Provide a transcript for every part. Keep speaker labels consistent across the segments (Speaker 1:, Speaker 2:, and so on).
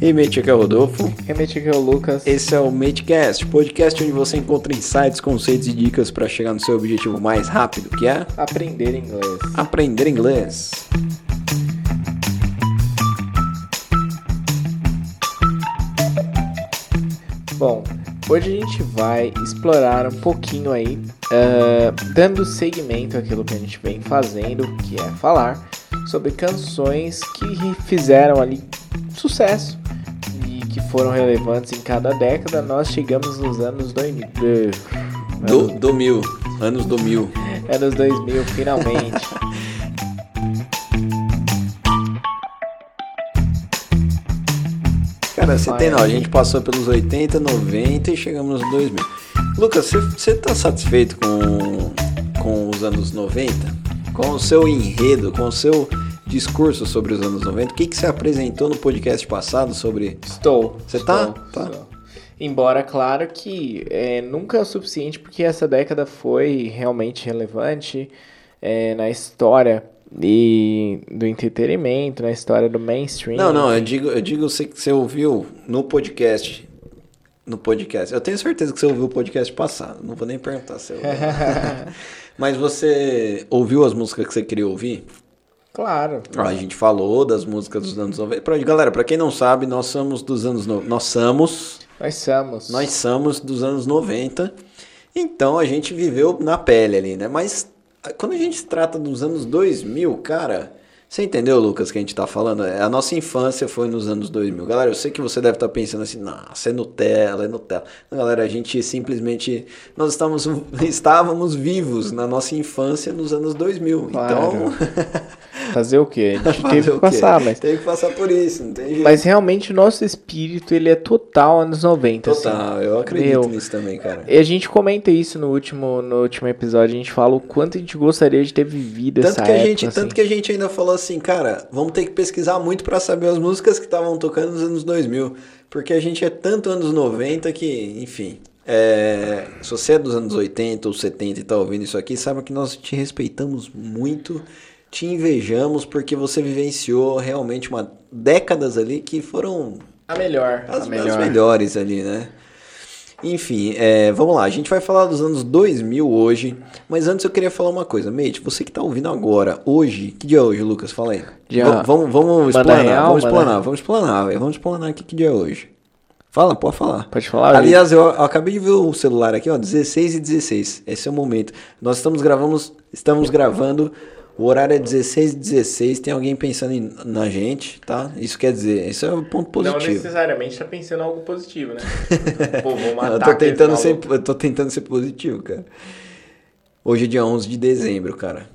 Speaker 1: E mate, aqui é o Rodolfo.
Speaker 2: Remete aqui é o Lucas.
Speaker 1: Esse é o Matecast, podcast onde você encontra insights, conceitos e dicas para chegar no seu objetivo mais rápido, que é
Speaker 2: Aprender inglês.
Speaker 1: aprender inglês.
Speaker 2: Bom, hoje a gente vai explorar um pouquinho aí, ah, dando segmento àquilo que a gente vem fazendo, que é falar sobre canções que fizeram ali sucesso e que foram relevantes em cada década. Nós chegamos nos anos eh, 2000.
Speaker 1: Do, do mil, anos do mil.
Speaker 2: Anos 2000, finalmente.
Speaker 1: Cara, você
Speaker 2: Ah,
Speaker 1: tem
Speaker 2: é.
Speaker 1: não, a gente passou pelos 80, 90 e chegamos nos 2000. Lucas, você- você tá satisfeito com, com os anos 90? Com o seu enredo, com o seu discurso sobre os anos 90? O que, que você apresentou no podcast passado sobre...
Speaker 2: Estou.
Speaker 1: Você
Speaker 2: estou,
Speaker 1: tá? Tá.
Speaker 2: estou. Embora, claro que é, nunca é o suficiente, porque essa década foi realmente relevante é, na história e do entretenimento, na história do mainstream.
Speaker 1: Não, não, eu digo, eu digo você, que você ouviu no podcast... No podcast. Eu tenho certeza que você ouviu o podcast passado. Não vou nem perguntar se eu. Mas você ouviu as músicas que você queria ouvir?
Speaker 2: Claro.
Speaker 1: Ó, A gente falou das músicas dos anos 90. Pra- Galera, pra quem não sabe, nós somos dos anos no... nós somos,
Speaker 2: Nós somos.
Speaker 1: nós somos dos anos 90. Então a gente viveu na pele ali, né? Mas a- quando a gente se trata dos anos 2000, cara, você entendeu, Lucas, que a gente tá falando? É, A nossa infância foi nos anos 2000. Galera, eu sei que você deve estar pensando assim, nossa, é Nutella, é Nutella. Não, galera, a gente simplesmente nós estávamos estávamos vivos na nossa infância nos anos 2000.
Speaker 2: Claro.
Speaker 1: Então,
Speaker 2: Fazer o quê? A gente
Speaker 1: Fazer
Speaker 2: teve
Speaker 1: o
Speaker 2: que
Speaker 1: quê?
Speaker 2: passar, mas.
Speaker 1: Teve que passar por isso, não tem jeito.
Speaker 2: Mas realmente o nosso espírito ele é total anos 90. assim.
Speaker 1: Total, eu acredito
Speaker 2: Meu.
Speaker 1: nisso também, cara.
Speaker 2: E a gente comenta isso no último, no último episódio, a gente fala o quanto a gente gostaria de ter vivido
Speaker 1: Tanto
Speaker 2: essa
Speaker 1: que, a
Speaker 2: época,
Speaker 1: gente,
Speaker 2: assim.
Speaker 1: tanto que a gente ainda falou assim, cara, vamos ter que pesquisar muito pra saber as músicas que estavam tocando nos anos 2000. Porque a gente é tanto anos 90 que, enfim. é, se você é dos anos 80 ou 70 e tá ouvindo isso aqui, saiba que nós te respeitamos muito, te invejamos, porque você vivenciou realmente uma décadas ali que foram
Speaker 2: A melhor,
Speaker 1: As,
Speaker 2: a
Speaker 1: as
Speaker 2: Tá melhor.
Speaker 1: melhores ali, né? Enfim, é, vamos lá. A gente vai falar dos anos 2000 hoje. Mas antes eu queria falar uma coisa. Mate, você que tá ouvindo agora, hoje... Que dia é hoje, Lucas? Fala aí.
Speaker 2: Dia-
Speaker 1: Vam- Vamos, vamos
Speaker 2: Manda
Speaker 1: explanar,
Speaker 2: real,
Speaker 1: vamos
Speaker 2: manda-
Speaker 1: explanar, vamos explanar, velho. Vamos explanar aqui que dia é hoje. Fala, pode falar.
Speaker 2: Pode falar? Vitor?
Speaker 1: Aliás, eu, eu acabei de ver o celular aqui, ó, 16 e 16. Esse é o momento. Nós estamos gravamos, estamos gravando. O horário é 16 e 16. Tem alguém pensando em- na gente, tá? Isso quer dizer, isso é um ponto
Speaker 2: Não
Speaker 1: positivo.
Speaker 2: necessariamente tá pensando em algo positivo, né? Pô, vou matar
Speaker 1: eu tô
Speaker 2: aquele
Speaker 1: tentando
Speaker 2: maluco.
Speaker 1: ser, eu tô tentando ser positivo, cara. Hoje é dia 11 de dezembro, cara.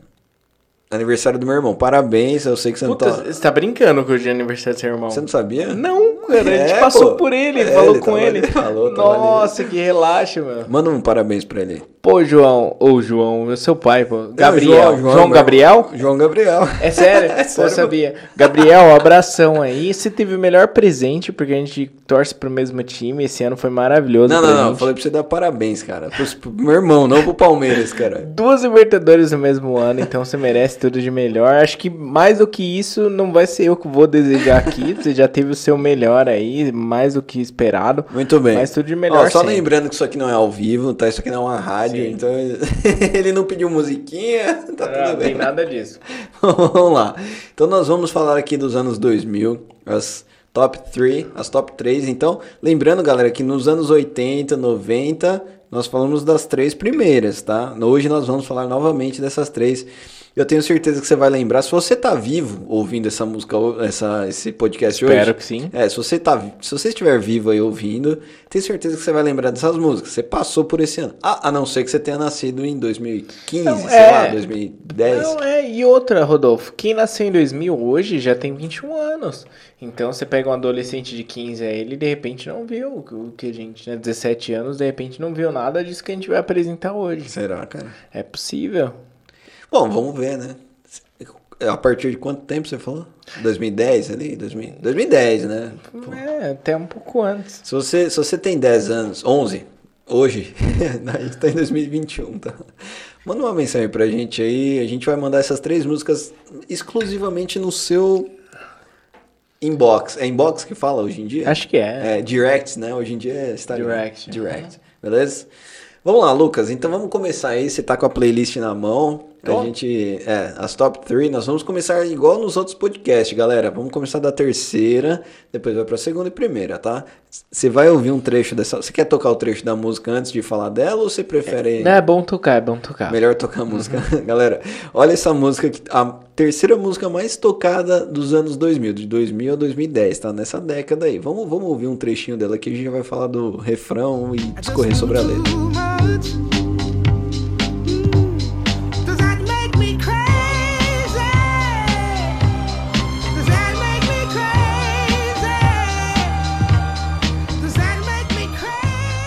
Speaker 1: Aniversário do meu irmão. Parabéns, eu sei que você
Speaker 2: Puta,
Speaker 1: não tá
Speaker 2: você tá brincando com o dia de aniversário do seu irmão?
Speaker 1: Você não sabia?
Speaker 2: Não, cara, a gente
Speaker 1: É,
Speaker 2: passou
Speaker 1: pô.
Speaker 2: por ele,
Speaker 1: É,
Speaker 2: falou
Speaker 1: ele
Speaker 2: com
Speaker 1: tava
Speaker 2: ele.
Speaker 1: ali, falou, tava ali.
Speaker 2: Nossa, que relaxa, mano.
Speaker 1: Manda um parabéns pra ele.
Speaker 2: Pô, João, ou João, é seu pai, pô. Gabriel.
Speaker 1: João,
Speaker 2: João,
Speaker 1: João, meu-
Speaker 2: Gabriel?
Speaker 1: João Gabriel.
Speaker 2: É sério,
Speaker 1: É
Speaker 2: é
Speaker 1: sério,
Speaker 2: sério. eu sabia. Gabriel, abração aí. Você teve o melhor presente, porque a gente torce pro mesmo time. Esse ano foi maravilhoso.
Speaker 1: Não,
Speaker 2: pra
Speaker 1: não, não. Eu
Speaker 2: gente.
Speaker 1: falei pra você dar parabéns, cara. Pros- Pro, meu irmão, não pro Palmeiras, cara.
Speaker 2: Duas Libertadores no mesmo ano, então você merece tudo de melhor. Acho que mais do que isso, não vai ser eu que vou desejar aqui. Você já teve o seu melhor aí, mais do que esperado.
Speaker 1: Muito bem.
Speaker 2: Mas tudo de melhor
Speaker 1: Ó, só
Speaker 2: sempre.
Speaker 1: lembrando que isso aqui não é ao vivo, tá? Isso aqui não é uma rádio,
Speaker 2: Sim.
Speaker 1: então ele não pediu musiquinha, tá tudo bem.
Speaker 2: Ah, nada disso.
Speaker 1: vamos lá. Então nós vamos falar aqui dos anos 2000, as top 3, as top 3. Então, lembrando, galera, que nos anos 80, 90, nós falamos das três primeiras, tá? Hoje nós vamos falar novamente dessas três. Eu tenho certeza que você vai lembrar. Se você tá vivo ouvindo essa música, essa, esse podcast hoje.
Speaker 2: Espero que sim.
Speaker 1: É, se você, tá, se você estiver vivo aí ouvindo, tenho certeza que você vai lembrar dessas músicas. Você passou por esse ano. Ah, a não ser que você tenha nascido em 2015,
Speaker 2: Não,
Speaker 1: sei
Speaker 2: é.
Speaker 1: lá, 2010.
Speaker 2: Não, é, e outra, Rodolfo, quem nasceu em 2000 hoje já tem 21 anos. Então você pega um adolescente de 15 aí, ele de repente não viu o que a gente, né, 17 anos, de repente não viu nada disso que a gente vai apresentar hoje.
Speaker 1: Será, cara?
Speaker 2: É possível.
Speaker 1: Bom, vamos ver, né? É, A partir de quanto tempo você falou? 2010 ali? 2000 2010, né? Pô,
Speaker 2: É, até um pouco antes.
Speaker 1: Se você, se você tem 10 anos, 11, hoje, a gente tá em 2021, tá? Manda uma mensagem pra gente aí, a gente vai mandar essas três músicas exclusivamente no seu Inbox. É inbox que fala hoje em dia?
Speaker 2: Acho que é.
Speaker 1: É, direct, né? Hoje em dia é Instagram.
Speaker 2: Direct.
Speaker 1: Direct. Beleza? Vamos lá, Lucas. Então vamos começar aí. Você tá com a playlist na mão.
Speaker 2: Tô.
Speaker 1: A gente. É, as top 3. Nós vamos começar igual nos outros podcasts, galera. Vamos começar da terceira, depois vai pra segunda e primeira, tá? Você vai ouvir um trecho dessa. Você quer tocar o trecho da música antes de falar dela ou você prefere.
Speaker 2: Não, é bom tocar, é bom tocar.
Speaker 1: Melhor tocar a música.
Speaker 2: Uhum.
Speaker 1: Galera, olha essa música, que, a terceira música mais tocada dos anos 2000, de 2000 a 2010, tá? Nessa década aí. Vamos, vamos ouvir um trechinho dela que a gente vai falar do refrão e discorrer sobre a letra.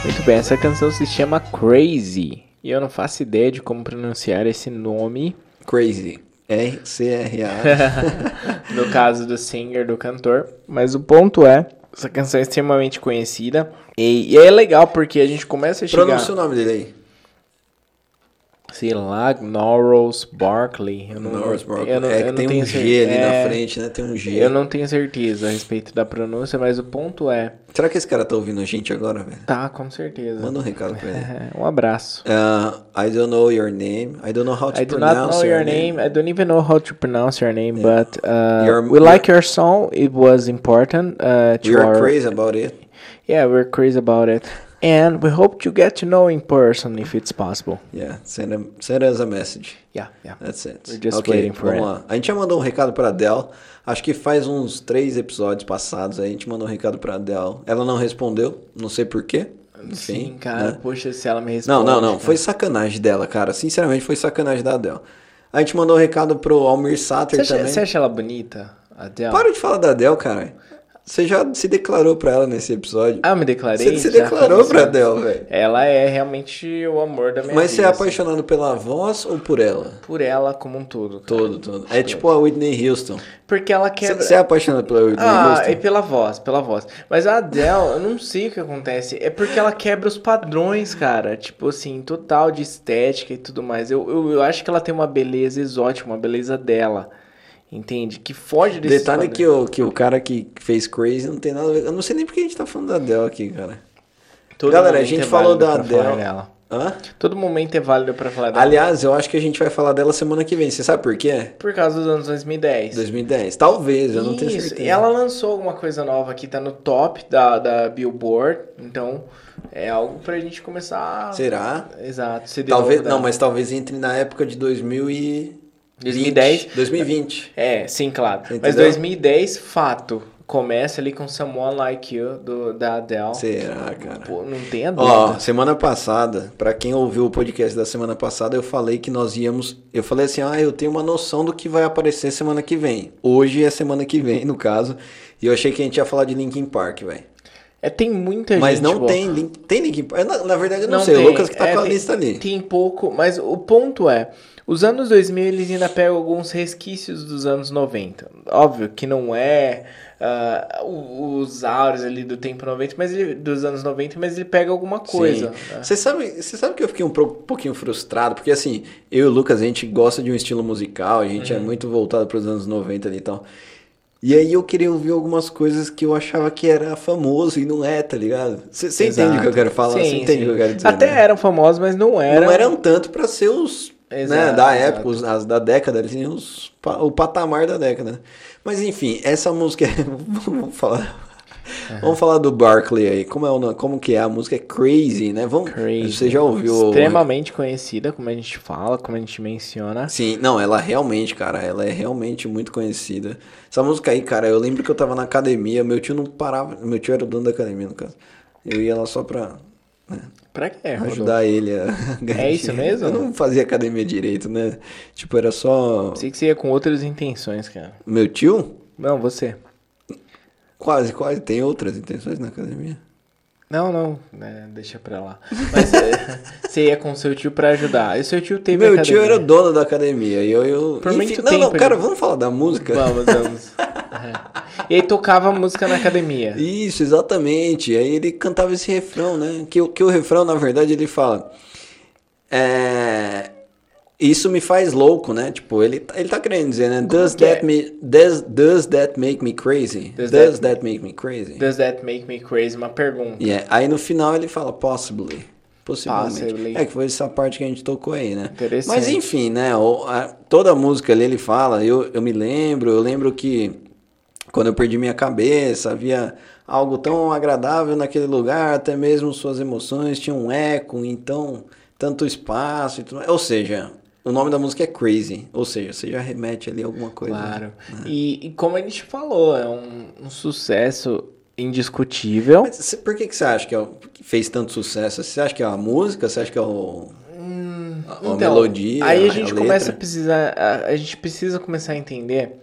Speaker 2: Muito bem, essa canção se chama Crazy. E eu não faço ideia de como pronunciar esse nome.
Speaker 1: Crazy. R-C-R-A.
Speaker 2: No caso do singer, do cantor. Mas o ponto é, essa canção é extremamente conhecida. E, e é legal porque a gente começa a chegar...
Speaker 1: Pronuncia o nome dele aí.
Speaker 2: Sei lá, Norris Barkley. Eu não,
Speaker 1: Norris Barkley.
Speaker 2: eu não-
Speaker 1: É
Speaker 2: eu
Speaker 1: que
Speaker 2: não
Speaker 1: tem um
Speaker 2: tenho cer-
Speaker 1: G ali
Speaker 2: é,
Speaker 1: na frente, né? Tem um G.
Speaker 2: Eu não tenho certeza a respeito da pronúncia, mas o ponto é...
Speaker 1: Será que esse cara tá ouvindo a gente agora, velho?
Speaker 2: Tá, com certeza.
Speaker 1: Manda um recado pra ele.
Speaker 2: É, um abraço.
Speaker 1: Ah, I don't know your name. I don't know how to
Speaker 2: I do
Speaker 1: pronounce
Speaker 2: not know your name. I don't even know how to pronounce your name, but uh,
Speaker 1: Your-
Speaker 2: we like your song. It was important uh, to
Speaker 1: We are
Speaker 2: our
Speaker 1: crazy about it.
Speaker 2: yeah, we're crazy about it, and we hope to get to know in person if it's possible. Uh,
Speaker 1: Yeah, send, them, send us a message.
Speaker 2: Yeah, yeah.
Speaker 1: That's it.
Speaker 2: We're just
Speaker 1: Ok,
Speaker 2: waiting for
Speaker 1: vamos
Speaker 2: it.
Speaker 1: lá. A gente já mandou um recado pra Adele. Acho que faz uns três episódios passados aí a gente mandou um recado pra Adele. Ela não respondeu, não sei porquê. Enfim,
Speaker 2: Sim, cara.
Speaker 1: né?
Speaker 2: Poxa, se ela me responde.
Speaker 1: Não, não, não. Foi sacanagem dela, cara. Sinceramente, foi sacanagem da Adele. A gente mandou um recado pro Almir
Speaker 2: Você
Speaker 1: Sater
Speaker 2: acha,
Speaker 1: também.
Speaker 2: você acha ela bonita, Adele?
Speaker 1: Para de falar da Adele, cara. Você já se declarou pra ela nesse episódio.
Speaker 2: Ah, eu me declarei.
Speaker 1: você se
Speaker 2: Já
Speaker 1: declarou
Speaker 2: falei
Speaker 1: pra
Speaker 2: isso.
Speaker 1: Adele, velho.
Speaker 2: Ela é realmente o amor da minha
Speaker 1: Mas você
Speaker 2: vida.
Speaker 1: é
Speaker 2: assim,
Speaker 1: apaixonado pela voz ou por ela?
Speaker 2: por ela como um todo. cara.
Speaker 1: Todo, todo. É tipo a Whitney Houston.
Speaker 2: Porque ela quebra.
Speaker 1: Você é apaixonado pela Whitney
Speaker 2: Ah,
Speaker 1: Houston?
Speaker 2: e pela voz, pela voz. Mas a Adele, eu não sei o que acontece. É porque ela quebra os padrões, cara. Tipo assim, total de estética e tudo mais. Eu, eu, eu acho que ela tem uma beleza exótica, uma beleza dela. Entende? Que foge desse
Speaker 1: Detalhe que o, que o cara que fez Crazy não tem nada a ver. Eu não sei nem porque a gente tá falando da Adele aqui, cara. Galera, a
Speaker 2: é
Speaker 1: gente falou da Adele.
Speaker 2: Dela.
Speaker 1: Hã?
Speaker 2: Todo momento é válido pra falar dela.
Speaker 1: Aliás, eu acho que a gente vai falar dela semana que vem. Você sabe por quê?
Speaker 2: Por causa dos anos 2010.
Speaker 1: 2010. Talvez, eu não tenho
Speaker 2: Isso,
Speaker 1: certeza.
Speaker 2: E ela lançou alguma coisa nova que tá no top da, da Billboard. Então, é algo pra gente começar...
Speaker 1: Será?
Speaker 2: Exato. CD
Speaker 1: Talvez,
Speaker 2: novo
Speaker 1: não,
Speaker 2: dela.
Speaker 1: mas talvez entre na época de 2020.
Speaker 2: 2010?
Speaker 1: 2020.
Speaker 2: É, sim, claro.
Speaker 1: Você
Speaker 2: Mas
Speaker 1: entendeu?
Speaker 2: 2010, fato. Começa ali com Someone Like You, do, da Adele.
Speaker 1: Será, cara?
Speaker 2: Pô, não tem a
Speaker 1: Ó,
Speaker 2: dúvida.
Speaker 1: semana passada, pra quem ouviu o podcast da semana passada, eu falei que nós íamos. Eu falei assim, ah, eu tenho uma noção do que vai aparecer semana que vem. Hoje é semana que vem, no caso. E eu achei que a gente ia falar de Linkin Park, velho.
Speaker 2: é, tem muita
Speaker 1: Mas
Speaker 2: gente
Speaker 1: não
Speaker 2: boa.
Speaker 1: tem Link. Tem Linkin Park? Na, na verdade, eu não,
Speaker 2: Não
Speaker 1: sei.
Speaker 2: tem.
Speaker 1: O Lucas que tá
Speaker 2: É,
Speaker 1: com a
Speaker 2: tem-
Speaker 1: lista ali.
Speaker 2: Tem pouco, mas o ponto é... Os anos 2000, eles ainda pegam alguns resquícios dos anos 90. Óbvio que não é ah, o- os áureos ali do tempo 90, mas ele- dos anos 90, mas ele pega alguma coisa. né?
Speaker 1: É. Você sabe, você sabe que eu fiquei um pro- pouquinho frustrado, porque assim, eu e o Lucas, a gente gosta de um estilo musical, a gente
Speaker 2: Uhum.
Speaker 1: é muito voltado para os anos 90 ali e tal. E aí eu queria ouvir algumas coisas que eu achava que era famoso e não é, tá ligado? Você você entende o que eu
Speaker 2: Exato.
Speaker 1: quero falar? Você
Speaker 2: Sim,
Speaker 1: entende o que eu
Speaker 2: sim.
Speaker 1: quero dizer?
Speaker 2: Até
Speaker 1: né?
Speaker 2: eram famosos, mas não eram.
Speaker 1: Não eram tanto para ser os. né,
Speaker 2: Exato,
Speaker 1: da
Speaker 2: exato.
Speaker 1: época, os, as da década, eles tinham os, pa- o patamar da década. né? Mas enfim, essa música. é- vamos falar. Vamos falar do Barkley aí. Como, é o, nome- como que é a música? É Crazy, né? Vamos,
Speaker 2: Crazy.
Speaker 1: Você já ouviu?
Speaker 2: Extremamente conhecida, como a gente fala, como a gente menciona.
Speaker 1: Sim, não, ela realmente, cara, ela é realmente muito conhecida. Essa música aí, cara, eu lembro que eu tava na academia, meu tio não parava, meu tio era o dono da academia, no caso. Eu ia lá só pra
Speaker 2: Pra quê? Rodolfo?
Speaker 1: ajudar ele a ganhar
Speaker 2: É isso
Speaker 1: dinheiro.
Speaker 2: mesmo?
Speaker 1: Eu não fazia academia direito, né? Tipo, era só.
Speaker 2: Pensei que você ia com outras intenções, cara.
Speaker 1: Meu tio?
Speaker 2: Não, você.
Speaker 1: Quase, quase. Tem outras intenções na academia.
Speaker 2: Não, não, né, deixa pra lá. Mas é, você ia com seu tio pra ajudar. E seu tio teve
Speaker 1: meu
Speaker 2: academia.
Speaker 1: tio era o dono da academia. E eu. eu...
Speaker 2: Por muito
Speaker 1: não, não,
Speaker 2: tempo,
Speaker 1: cara,
Speaker 2: ele-
Speaker 1: vamos falar da música?
Speaker 2: Vamos, vamos. É. E aí tocava música na academia.
Speaker 1: Isso, exatamente. Aí ele cantava esse refrão, né? Que, o- que o refrão, na verdade, ele fala. É. Isso me faz louco, né? Tipo, ele, ele tá querendo dizer, né? Does
Speaker 2: que
Speaker 1: that,
Speaker 2: é?
Speaker 1: me, does, does that make me crazy?
Speaker 2: Does
Speaker 1: Does,
Speaker 2: that-
Speaker 1: that, make me crazy?
Speaker 2: Does that make me crazy? Uma pergunta.
Speaker 1: Yeah. é, Aí no final ele fala possibly. Possivelmente.
Speaker 2: Possibly.
Speaker 1: É que foi essa parte que a gente tocou aí, né?
Speaker 2: Interessante.
Speaker 1: Mas enfim, né? o- a- toda a música ali ele fala, eu, eu me lembro, eu lembro que quando eu perdi minha cabeça, havia algo tão agradável naquele lugar, até mesmo suas emoções tinham um eco, então tanto espaço e tudo. Ou seja, o nome da música é Crazy, ou seja, você já remete ali a alguma coisa.
Speaker 2: Claro. E, e como a gente falou, é um, um sucesso indiscutível.
Speaker 1: Mas cê- por que, que você acha que é o- que fez tanto sucesso? Você acha que é a música? Você acha que é o, a, a melodia?
Speaker 2: Hum, então, Aí a gente
Speaker 1: letra?
Speaker 2: começa a precisar, a, a gente precisa começar a entender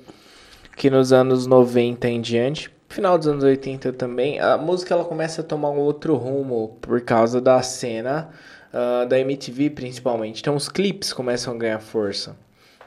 Speaker 2: que nos anos 90 em diante, final dos anos 80 também, a música ela começa a tomar um outro rumo por causa da cena ah, da MTV principalmente. Então os clipes começam a ganhar força.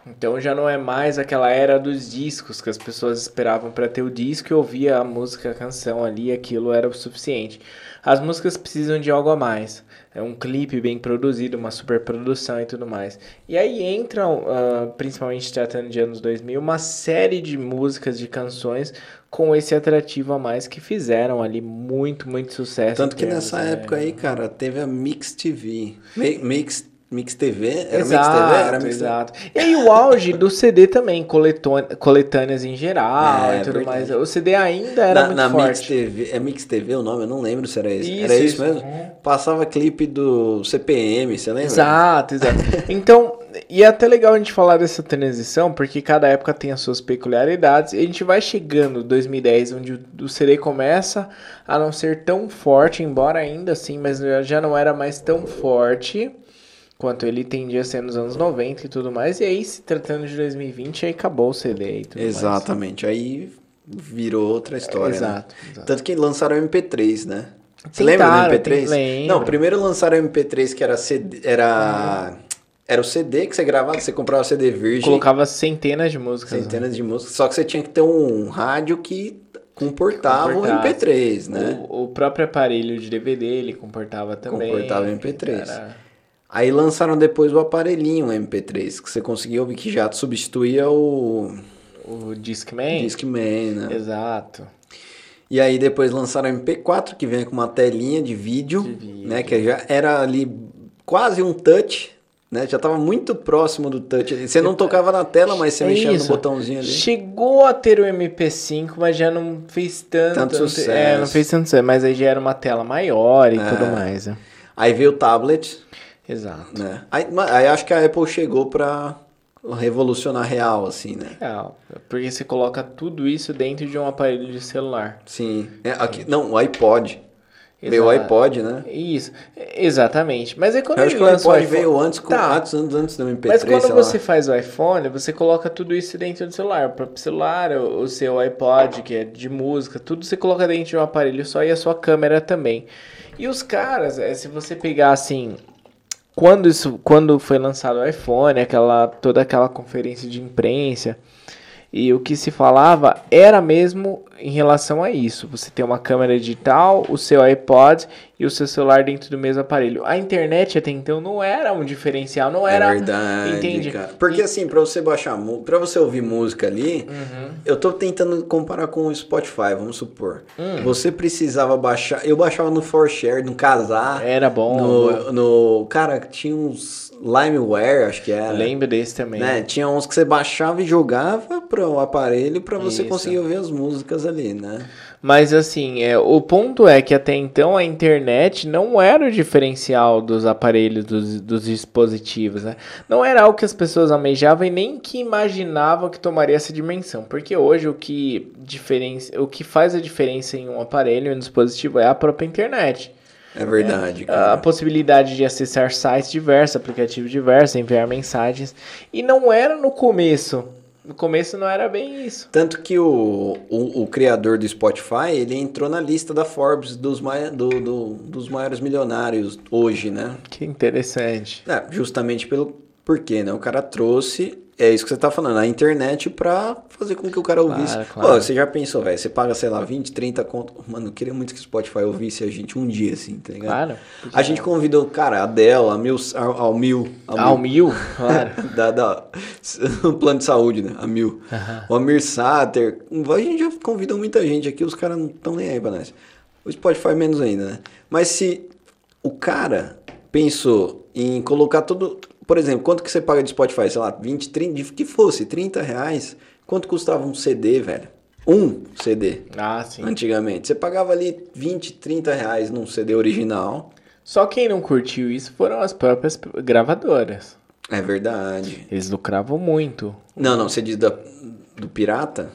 Speaker 2: Então já não é mais aquela era dos discos que as pessoas esperavam para ter o disco e ouvia a música, a canção ali, aquilo era o suficiente. As músicas precisam de algo a mais. É um clipe bem produzido, uma superprodução e tudo mais. E aí entram, ah, principalmente tratando de anos 2000, uma série de músicas, de canções com esse atrativo a mais que fizeram ali muito, muito sucesso.
Speaker 1: Tanto
Speaker 2: em
Speaker 1: que
Speaker 2: termos,
Speaker 1: nessa
Speaker 2: né?
Speaker 1: época aí, cara, teve a Mix TV. Mi- Mix, Mix TV? Era
Speaker 2: exato,
Speaker 1: Mix TV? Era Mix
Speaker 2: exato. E aí o auge do CD também, coletone- coletâneas em geral
Speaker 1: É,
Speaker 2: e tudo
Speaker 1: verdade.
Speaker 2: mais. O CD ainda era
Speaker 1: na
Speaker 2: muito
Speaker 1: na Mix
Speaker 2: forte.
Speaker 1: TV. É Mix TV o nome? Eu não lembro se era esse. era isso, mesmo?
Speaker 2: Uhum.
Speaker 1: Passava clipe do CPM, você lembra?
Speaker 2: Exato, exato. Então, e é até legal a gente falar dessa transição, porque cada época tem as suas peculiaridades. E a gente vai chegando 2010, onde o- o CD começa a não ser tão forte, embora ainda assim, mas já não era mais tão forte quanto ele tendia a ser nos anos 90 e tudo mais. E aí, se tratando de 2020, aí acabou o CD e tudo mais.
Speaker 1: Exatamente. Aí virou outra história. né?
Speaker 2: É, Exato, exato.
Speaker 1: Tanto que lançaram o MP3, né? Você
Speaker 2: Tentaram,
Speaker 1: lembra do
Speaker 2: tem-
Speaker 1: MP3?
Speaker 2: lembro.
Speaker 1: Não, primeiro lançaram o MP3 que era CD, era era o CD que você gravava, você comprava o CD virgem,
Speaker 2: Colocava centenas de músicas. né?
Speaker 1: centenas de músicas, só que você tinha que ter um rádio que comportava o
Speaker 2: Comportasse.
Speaker 1: MP3, né?
Speaker 2: O, o próprio aparelho de DVD ele comportava também.
Speaker 1: Comportava MP3.
Speaker 2: Era-
Speaker 1: Aí lançaram depois o aparelhinho MP3, que você conseguia ouvir que já substituía o
Speaker 2: O Discman?
Speaker 1: Discman, né?
Speaker 2: Exato.
Speaker 1: E aí depois lançaram o MP4, que vem com uma telinha de vídeo,
Speaker 2: De vídeo.
Speaker 1: né? Que já era ali quase um touch, né? Já tava muito próximo do touch. Você não tocava na tela, mas você
Speaker 2: É
Speaker 1: mexia
Speaker 2: isso.
Speaker 1: no botãozinho ali.
Speaker 2: Chegou a ter o MP5, mas já não fez tanto,
Speaker 1: Tanto
Speaker 2: não te-
Speaker 1: sucesso.
Speaker 2: É, não fez tanto sucesso, mas aí já era uma tela maior e
Speaker 1: É.
Speaker 2: tudo mais, né?
Speaker 1: Aí veio o tablet,
Speaker 2: Exato.
Speaker 1: né? Aí, ma- aí acho que a Apple chegou pra revolucionar real, assim, né?
Speaker 2: Legal. Porque você coloca tudo isso dentro de um aparelho de celular.
Speaker 1: Sim. É, aqui, não, o iPod. Veio o
Speaker 2: Exato.
Speaker 1: iPod, né?
Speaker 2: Isso, exatamente. Mas aí quando
Speaker 1: Eu acho
Speaker 2: ele
Speaker 1: que o
Speaker 2: lança o
Speaker 1: iPod
Speaker 2: iPhone...
Speaker 1: veio antes, com,
Speaker 2: Tá.
Speaker 1: antes, antes, antes do MP3,
Speaker 2: Mas quando
Speaker 1: sei
Speaker 2: você
Speaker 1: lá.
Speaker 2: faz o iPhone, você coloca tudo isso dentro do celular. O próprio celular, o, o seu iPod, que é de música, tudo você coloca dentro de um aparelho só e a sua câmera também. E os caras, eh, se você pegar assim. Quando, isso, quando foi lançado o iPhone, aquela, toda aquela conferência de imprensa, e o que se falava era mesmo em relação a isso. Você tem uma câmera digital, o seu iPod e o seu celular dentro do mesmo aparelho. A internet até então não era um diferencial, não
Speaker 1: É
Speaker 2: era
Speaker 1: verdade,
Speaker 2: entende?
Speaker 1: cara. Porque assim, pra você baixar, mu- pra você ouvir música ali,
Speaker 2: Uhum.
Speaker 1: eu tô tentando comparar com o Spotify, vamos supor.
Speaker 2: Hum.
Speaker 1: Você precisava baixar, eu baixava no ForShare, no Casar,
Speaker 2: Era É bom.
Speaker 1: no,
Speaker 2: bom.
Speaker 1: no- cara, tinha uns LimeWare, acho que era.
Speaker 2: Lembro desse também.
Speaker 1: Né? Tinha uns que você baixava e jogava pro aparelho pra você
Speaker 2: Isso.
Speaker 1: conseguir ouvir as músicas ali, né?
Speaker 2: Mas assim, é, o ponto é que até então a internet não era o diferencial dos aparelhos, dos, dos dispositivos, né? Não era algo que as pessoas almejavam e nem que imaginavam que tomaria essa dimensão. Porque hoje o que, diferença, o que faz a diferença em um aparelho, em um dispositivo, é a própria internet.
Speaker 1: É verdade,
Speaker 2: a
Speaker 1: cara.
Speaker 2: possibilidade de acessar sites diversos, aplicativos diversos, enviar mensagens. E não era no começo. No começo não era bem isso.
Speaker 1: Tanto que o, o, o criador do Spotify, ele entrou na lista da Forbes dos, mai, do, do- dos maiores milionários hoje, né?
Speaker 2: Que interessante.
Speaker 1: É, justamente pelo porquê, né? O cara trouxe é isso que você tá falando, a internet pra fazer com que o cara ouvisse.
Speaker 2: Claro,
Speaker 1: Pô,
Speaker 2: claro.
Speaker 1: você já pensou, velho, você paga, sei lá, 20, 30 conto. Mano, eu queria muito que o Spotify ouvisse a gente um dia, assim, tá ligado?
Speaker 2: Claro.
Speaker 1: A gente convidou, cara, a Adele, a Mil, a, ao Mil, a
Speaker 2: Ao mil, claro.
Speaker 1: da, da, o plano de saúde, né? A Mil.
Speaker 2: Aham.
Speaker 1: O Amir Sater. um, A gente já convidou muita gente aqui, os caras não estão nem aí pra nós. O Spotify menos ainda, né? Mas se o cara pensou em colocar tudo. Por exemplo, quanto que você paga de Spotify? Sei lá, 20, 30, de que fosse, 30 reais. Quanto custava um CD, velho? Um CD.
Speaker 2: Ah, sim.
Speaker 1: Antigamente. Você pagava ali 20, 30 reais num CD original.
Speaker 2: Só quem não curtiu isso foram as próprias p- gravadoras.
Speaker 1: É verdade.
Speaker 2: Eles lucravam muito.
Speaker 1: Não, não, você diz da, do pirata?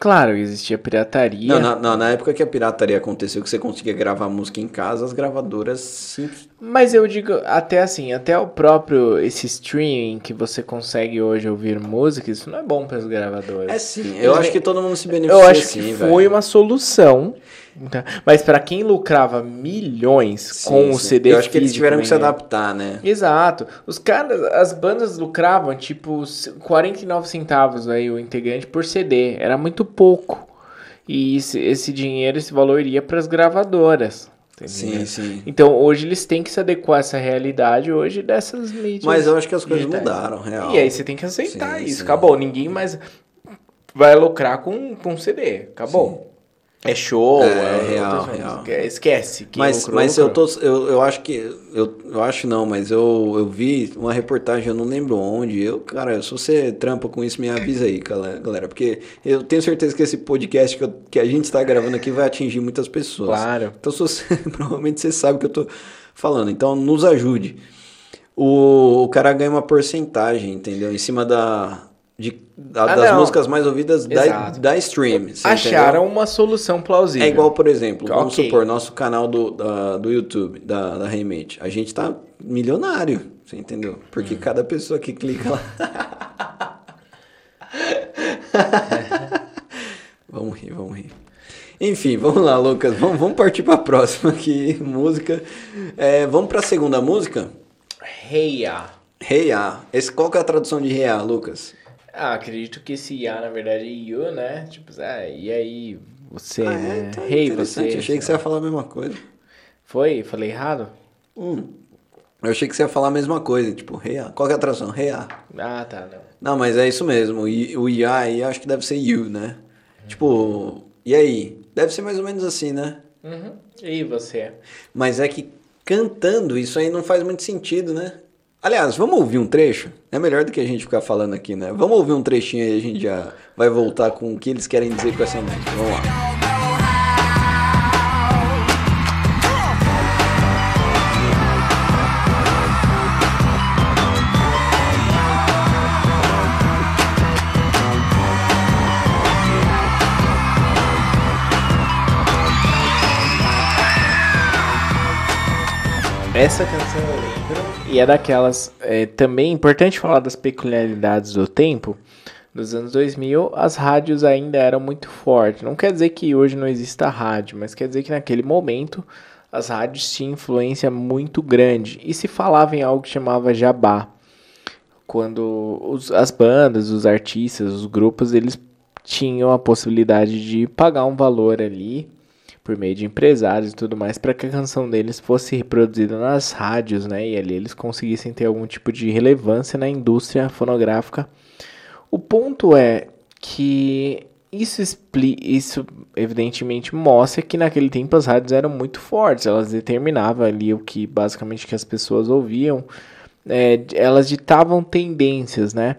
Speaker 2: Claro, existia pirataria.
Speaker 1: Não, na, na- na época que a pirataria aconteceu, que você conseguia gravar música em casa, as gravadoras sim.
Speaker 2: Mas eu digo, até assim, até o próprio esse streaming que você consegue hoje ouvir música, isso não é bom para as gravadoras.
Speaker 1: É sim, eu
Speaker 2: Mas
Speaker 1: acho
Speaker 2: é-
Speaker 1: que todo mundo se beneficia
Speaker 2: Eu acho
Speaker 1: sim,
Speaker 2: que
Speaker 1: velho.
Speaker 2: foi uma solução. tá? Mas pra quem lucrava milhões
Speaker 1: Sim,
Speaker 2: com o
Speaker 1: sim.
Speaker 2: CD
Speaker 1: Eu acho que eles
Speaker 2: físico
Speaker 1: tiveram que se
Speaker 2: vendendo.
Speaker 1: adaptar, né?
Speaker 2: Exato. Os caras, as bandas lucravam tipo 49 centavos aí o integrante por CD, era muito pouco. E esse, esse dinheiro, esse valor iria para as gravadoras.
Speaker 1: Sim,
Speaker 2: entendeu?
Speaker 1: sim.
Speaker 2: Então hoje eles têm que se adequar a essa realidade hoje dessas mídias.
Speaker 1: Mas eu acho que as coisas
Speaker 2: digitais.
Speaker 1: mudaram, real.
Speaker 2: é. E aí você tem que aceitar
Speaker 1: Sim,
Speaker 2: isso.
Speaker 1: sim.
Speaker 2: Acabou. Ninguém mais vai lucrar com, com CD. Acabou. É show,
Speaker 1: É,
Speaker 2: é,
Speaker 1: real,
Speaker 2: outras coisas.
Speaker 1: real.
Speaker 2: Esque- Esquece. que
Speaker 1: mas
Speaker 2: lucrou,
Speaker 1: mas eu,
Speaker 2: lucrou.
Speaker 1: tô, eu, eu acho que. Eu, eu acho não, mas eu, eu vi uma reportagem, eu não lembro onde. Eu, cara, se você trampa com isso, me avisa aí, cala- galera. Porque eu tenho certeza que esse podcast que, eu- que a gente está gravando aqui vai atingir muitas pessoas.
Speaker 2: Claro.
Speaker 1: Então, se você, provavelmente você sabe o que eu tô falando. Então, nos ajude. O, o cara ganha uma porcentagem, entendeu? Em cima da, de- da-
Speaker 2: Ah,
Speaker 1: das
Speaker 2: não.
Speaker 1: músicas mais ouvidas da,
Speaker 2: Exato.
Speaker 1: da stream. você
Speaker 2: Acharam
Speaker 1: entendeu?
Speaker 2: uma solução plausível.
Speaker 1: É igual, por exemplo, vamos
Speaker 2: Ok.
Speaker 1: supor, nosso canal do, da- do YouTube, da, da Remate. A gente tá milionário, você entendeu?
Speaker 2: É.
Speaker 1: Porque cada pessoa que clica lá.
Speaker 2: É.
Speaker 1: vamos rir, vamos rir. Enfim, vamos lá, Lucas. Vamos, vamos partir pra próxima aqui. Música. É, vamos pra segunda música?
Speaker 2: Reia.
Speaker 1: Reia. Esse, qual que é a tradução de Reia, Lucas?
Speaker 2: Ah, acredito que esse IA, na verdade, é you, né? Tipo, ah, e aí, você,
Speaker 1: Ah,
Speaker 2: né?
Speaker 1: tá
Speaker 2: Hey,
Speaker 1: interessante.
Speaker 2: você. é
Speaker 1: Achei que você ia falar a mesma coisa.
Speaker 2: Foi? Falei errado?
Speaker 1: Hum. Eu achei que você ia falar a mesma coisa, tipo, real. Qual que é a tradução? Real.
Speaker 2: Ah, tá, não.
Speaker 1: Não, mas é isso mesmo. E o IA aí acho que deve ser you, né? Tipo, e aí? Deve ser mais ou menos assim, né?
Speaker 2: Uhum. E você?
Speaker 1: Mas é que cantando isso aí não faz muito sentido, né? Aliás, vamos ouvir um trecho? É melhor do que a gente ficar falando aqui, né? Vamos ouvir um trechinho aí, a gente já vai voltar com o que eles querem dizer com essa música. Vamos lá.
Speaker 2: Essa canção eu lembro. E é daquelas. É, também importante falar das peculiaridades do tempo. Nos anos 2000, as rádios ainda eram muito fortes. Não quer dizer que hoje não exista rádio, mas quer dizer que naquele momento as rádios tinham influência muito grande. E se falava em algo que chamava jabá. Quando os- as bandas, os artistas, os grupos, eles tinham a possibilidade de pagar um valor ali por meio de empresários e tudo mais para que a canção deles fosse reproduzida nas rádios, né? E ali eles conseguissem ter algum tipo de relevância na indústria fonográfica. O ponto é que isso, expli isso evidentemente mostra que naquele tempo as rádios eram muito fortes, elas determinavam ali o que basicamente que as pessoas ouviam, é, elas ditavam tendências, né?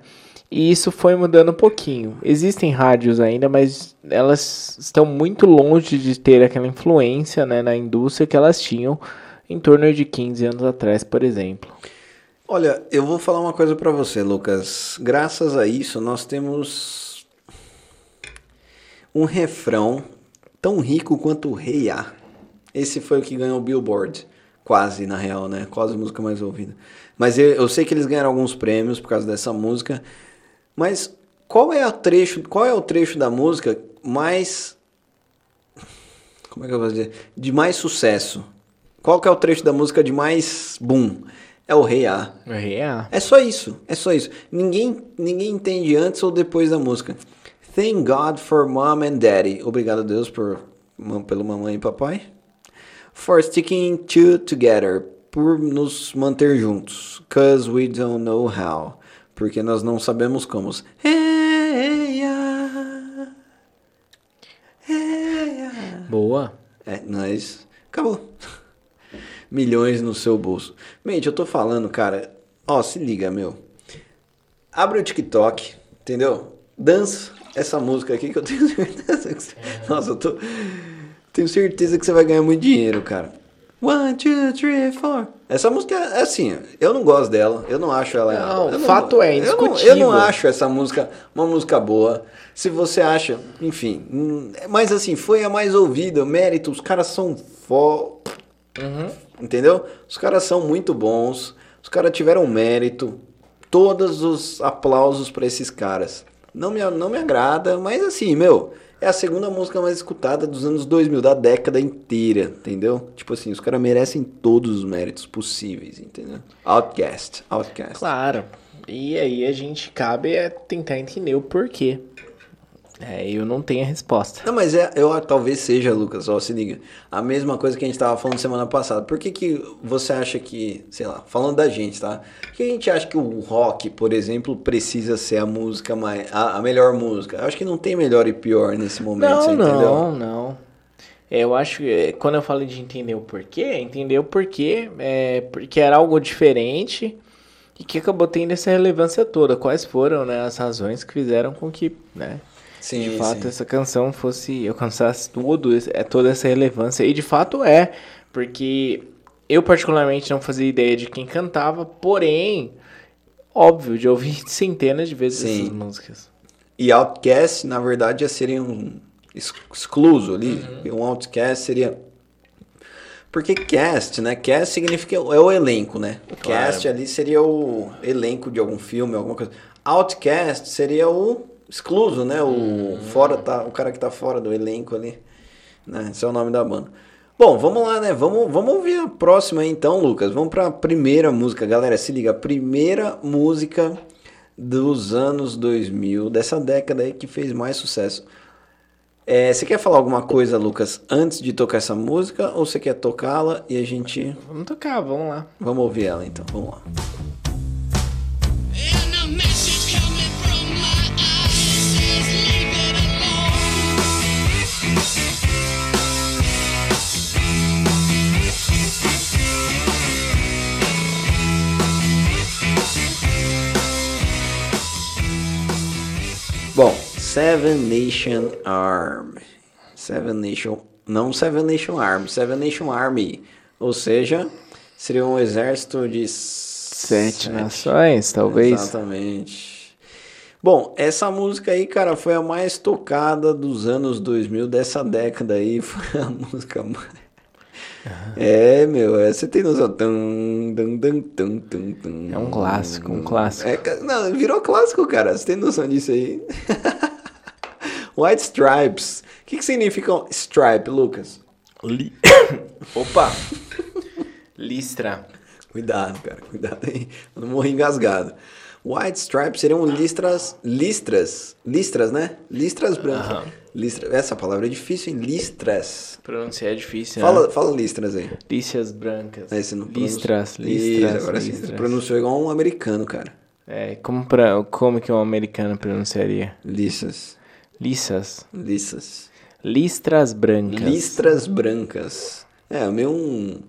Speaker 2: E isso foi mudando um pouquinho. Existem rádios ainda, mas elas estão muito longe de ter aquela influência né, na indústria que elas tinham em torno de 15 anos atrás, por exemplo.
Speaker 1: Olha, eu vou falar uma coisa pra você, Lucas. Graças a isso, nós temos um refrão tão rico quanto o Rei A. Esse foi o que ganhou o Billboard. Quase, na real, né? Quase a música mais ouvida. Mas eu, eu sei que eles ganharam alguns prêmios por causa dessa música. Mas qual é, a trecho, qual é o trecho da música mais. Como é que eu vou dizer? De mais sucesso. Qual que é o trecho da música de mais boom? é o rei A.
Speaker 2: Yeah.
Speaker 1: É só isso, é só isso. Ninguém, ninguém entende antes ou depois da música. Thank God for Mom and Daddy. Obrigado a Deus por, mam- pelo mamãe e papai. For sticking to together. Por nos manter juntos. Cause we don't know how. Porque nós não sabemos como. Hey, yeah. Hey, yeah.
Speaker 2: Boa.
Speaker 1: É, nós. Acabou. Milhões no seu bolso. Mente, eu tô falando, cara. Ó, se liga, meu. Abre o TikTok, entendeu? Dança essa música aqui que eu tenho certeza que você...
Speaker 2: É.
Speaker 1: Nossa, eu tô. Tenho certeza que você vai ganhar muito dinheiro, cara. One, two, three, four. Essa música é assim, eu não gosto dela, eu não acho ela.
Speaker 2: Não,
Speaker 1: eu
Speaker 2: fato
Speaker 1: eu não-
Speaker 2: é,
Speaker 1: Eu
Speaker 2: indiscutível.
Speaker 1: não acho essa música uma música boa. Se você acha, enfim. hum, Mas assim, foi a mais ouvida, mérito, os caras são fo entendeu? Os caras são muito bons, os caras tiveram mérito, todos os aplausos pra esses caras. Não me, não me agrada, mas assim, meu, é a segunda música mais escutada dos anos 2000, da década inteira, entendeu? Tipo assim, os caras merecem todos os méritos possíveis, entendeu? Outcast, Outcast.
Speaker 2: Claro. E aí a gente cabe é tentar entender o porquê. É, eu não tenho a resposta.
Speaker 1: Não, mas é, eu talvez seja, Lucas, ó, se liga. A mesma coisa que a gente tava falando semana passada. Por que, que você acha que, sei lá, falando da gente, tá? Por que a gente acha que o rock, por exemplo, precisa ser a música mais. a, a melhor música? Eu acho que não tem melhor e pior nesse momento, você
Speaker 2: Não,
Speaker 1: entendeu?
Speaker 2: não, não. Eu acho que é, quando eu falo de entender o porquê, é entender o porquê, é, porque era algo diferente e que acabou tendo essa relevância toda. Quais foram né, as razões que fizeram com que, né,
Speaker 1: Sim,
Speaker 2: de fato,
Speaker 1: sim.
Speaker 2: essa canção fosse alcançasse tudo, esse- é toda essa relevância. E de fato é, porque eu particularmente não fazia ideia de quem cantava, porém, óbvio, de ouvir centenas de vezes
Speaker 1: Sim.
Speaker 2: essas músicas.
Speaker 1: E outcast, na verdade, ia ser um ex- excluso ali. Um outcast seria. Porque cast, né? Cast significa é o elenco, né? O
Speaker 2: Claro.
Speaker 1: cast ali seria o elenco de algum filme, alguma coisa. Outcast seria o excluso, né? O fora tá, o cara que tá fora do elenco ali. Né? Esse é o nome da banda. Bom, vamos lá, né? Vamos, vamos ouvir a próxima aí, então, Lucas. Vamos pra primeira música, galera. Se liga, a primeira música dos anos 2000, dessa década aí que fez mais sucesso. É, você quer falar alguma coisa, Lucas, antes de tocar essa música? Ou você quer tocá-la e a gente.
Speaker 2: Vamos tocar, vamos lá.
Speaker 1: Vamos ouvir ela então, vamos lá.
Speaker 3: And a message coming from my eyes says, leave it alone.
Speaker 1: Bom, Seven Nation Army. Seven Nation. Não Seven Nation Army, Seven Nation Army. Ou seja, seria um exército de.
Speaker 2: Sete, nações, talvez.
Speaker 1: Exatamente. Bom, essa música aí, cara, foi a mais tocada dos anos 2000, dessa década aí. Foi a música mais. É, meu, é, você tem noção. Tum, tum, tum, tum, tum, tum.
Speaker 2: É um clássico, um clássico.
Speaker 1: É, ca- não, virou clássico, cara. Você tem noção disso aí? White Stripes. O que, que significa um stripe, Lucas?
Speaker 2: Li- Opa! Listra.
Speaker 1: Cuidado, cara. Cuidado aí. Eu não morri engasgado. White Stripes seriam listras. Listras. Listras, né? Listras brancas.
Speaker 2: Aham.
Speaker 1: Listra, essa palavra é difícil, hein? Listras.
Speaker 2: Pronunciar é difícil, né?
Speaker 1: Fala, fala listras aí.
Speaker 2: Listas brancas.
Speaker 1: Aí você não pronuncia-
Speaker 2: listras,
Speaker 1: Isso,
Speaker 2: listras,
Speaker 1: agora sim, Você
Speaker 2: listras.
Speaker 1: pronunciou igual um americano, cara.
Speaker 2: É, como, pra, como que um americano pronunciaria?
Speaker 1: Listras.
Speaker 2: Lissas.
Speaker 1: Listras.
Speaker 2: Listras brancas.
Speaker 1: Listras brancas. É, meio um.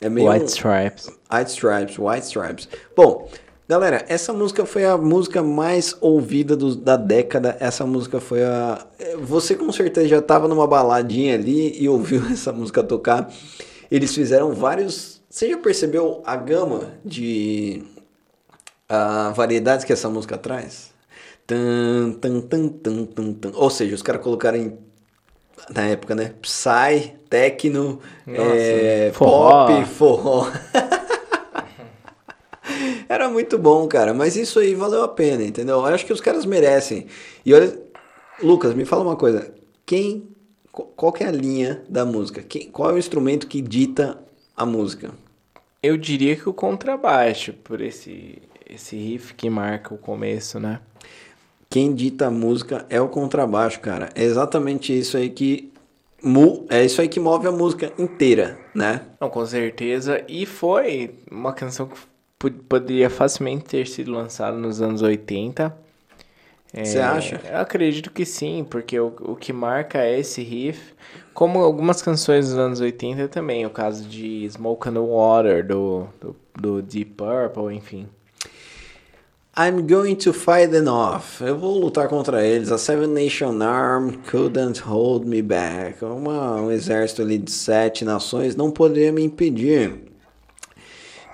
Speaker 1: É meio
Speaker 2: White
Speaker 1: um-
Speaker 2: stripes.
Speaker 1: White Stripes, White Stripes. Bom, galera, essa música foi a música mais ouvida do- da década. Essa música foi a. eh, Você com certeza já estava numa baladinha ali e ouviu essa música tocar. Eles fizeram vários. Você já percebeu a gama de a variedades que essa música traz? Tan, tan, tan, tan, tan, tan. Ou seja, os caras colocaram em- na época, né? Psy, techno,
Speaker 2: Nossa,
Speaker 1: eh,
Speaker 2: forró.
Speaker 1: pop, forró. Era muito bom, cara. Mas isso aí valeu a pena, entendeu? Eu acho que os caras merecem. E olha, Lucas, me fala uma coisa. Quem, qu- qual que é a linha da música? Quem, qual é o instrumento que dita a música?
Speaker 2: Eu diria que o contrabaixo, por esse, esse riff que marca o começo, né?
Speaker 1: Quem dita a música é o contrabaixo, cara. É exatamente isso aí que mu é isso aí que move a música inteira, né?
Speaker 2: Não, com certeza. E foi uma canção que po- poderia facilmente ter sido lançada nos anos 80.
Speaker 1: Você acha?
Speaker 2: Eu acredito que sim, porque o, o que marca é esse riff. Como algumas canções dos anos 80 também, o caso de Smoke on the Water, do, do, do Deep Purple, enfim.
Speaker 1: I'm going to fight them off. Eu vou lutar contra eles. A Seven Nation Arm couldn't hold me back. Uma- um exército ali de sete nações não poderia me impedir.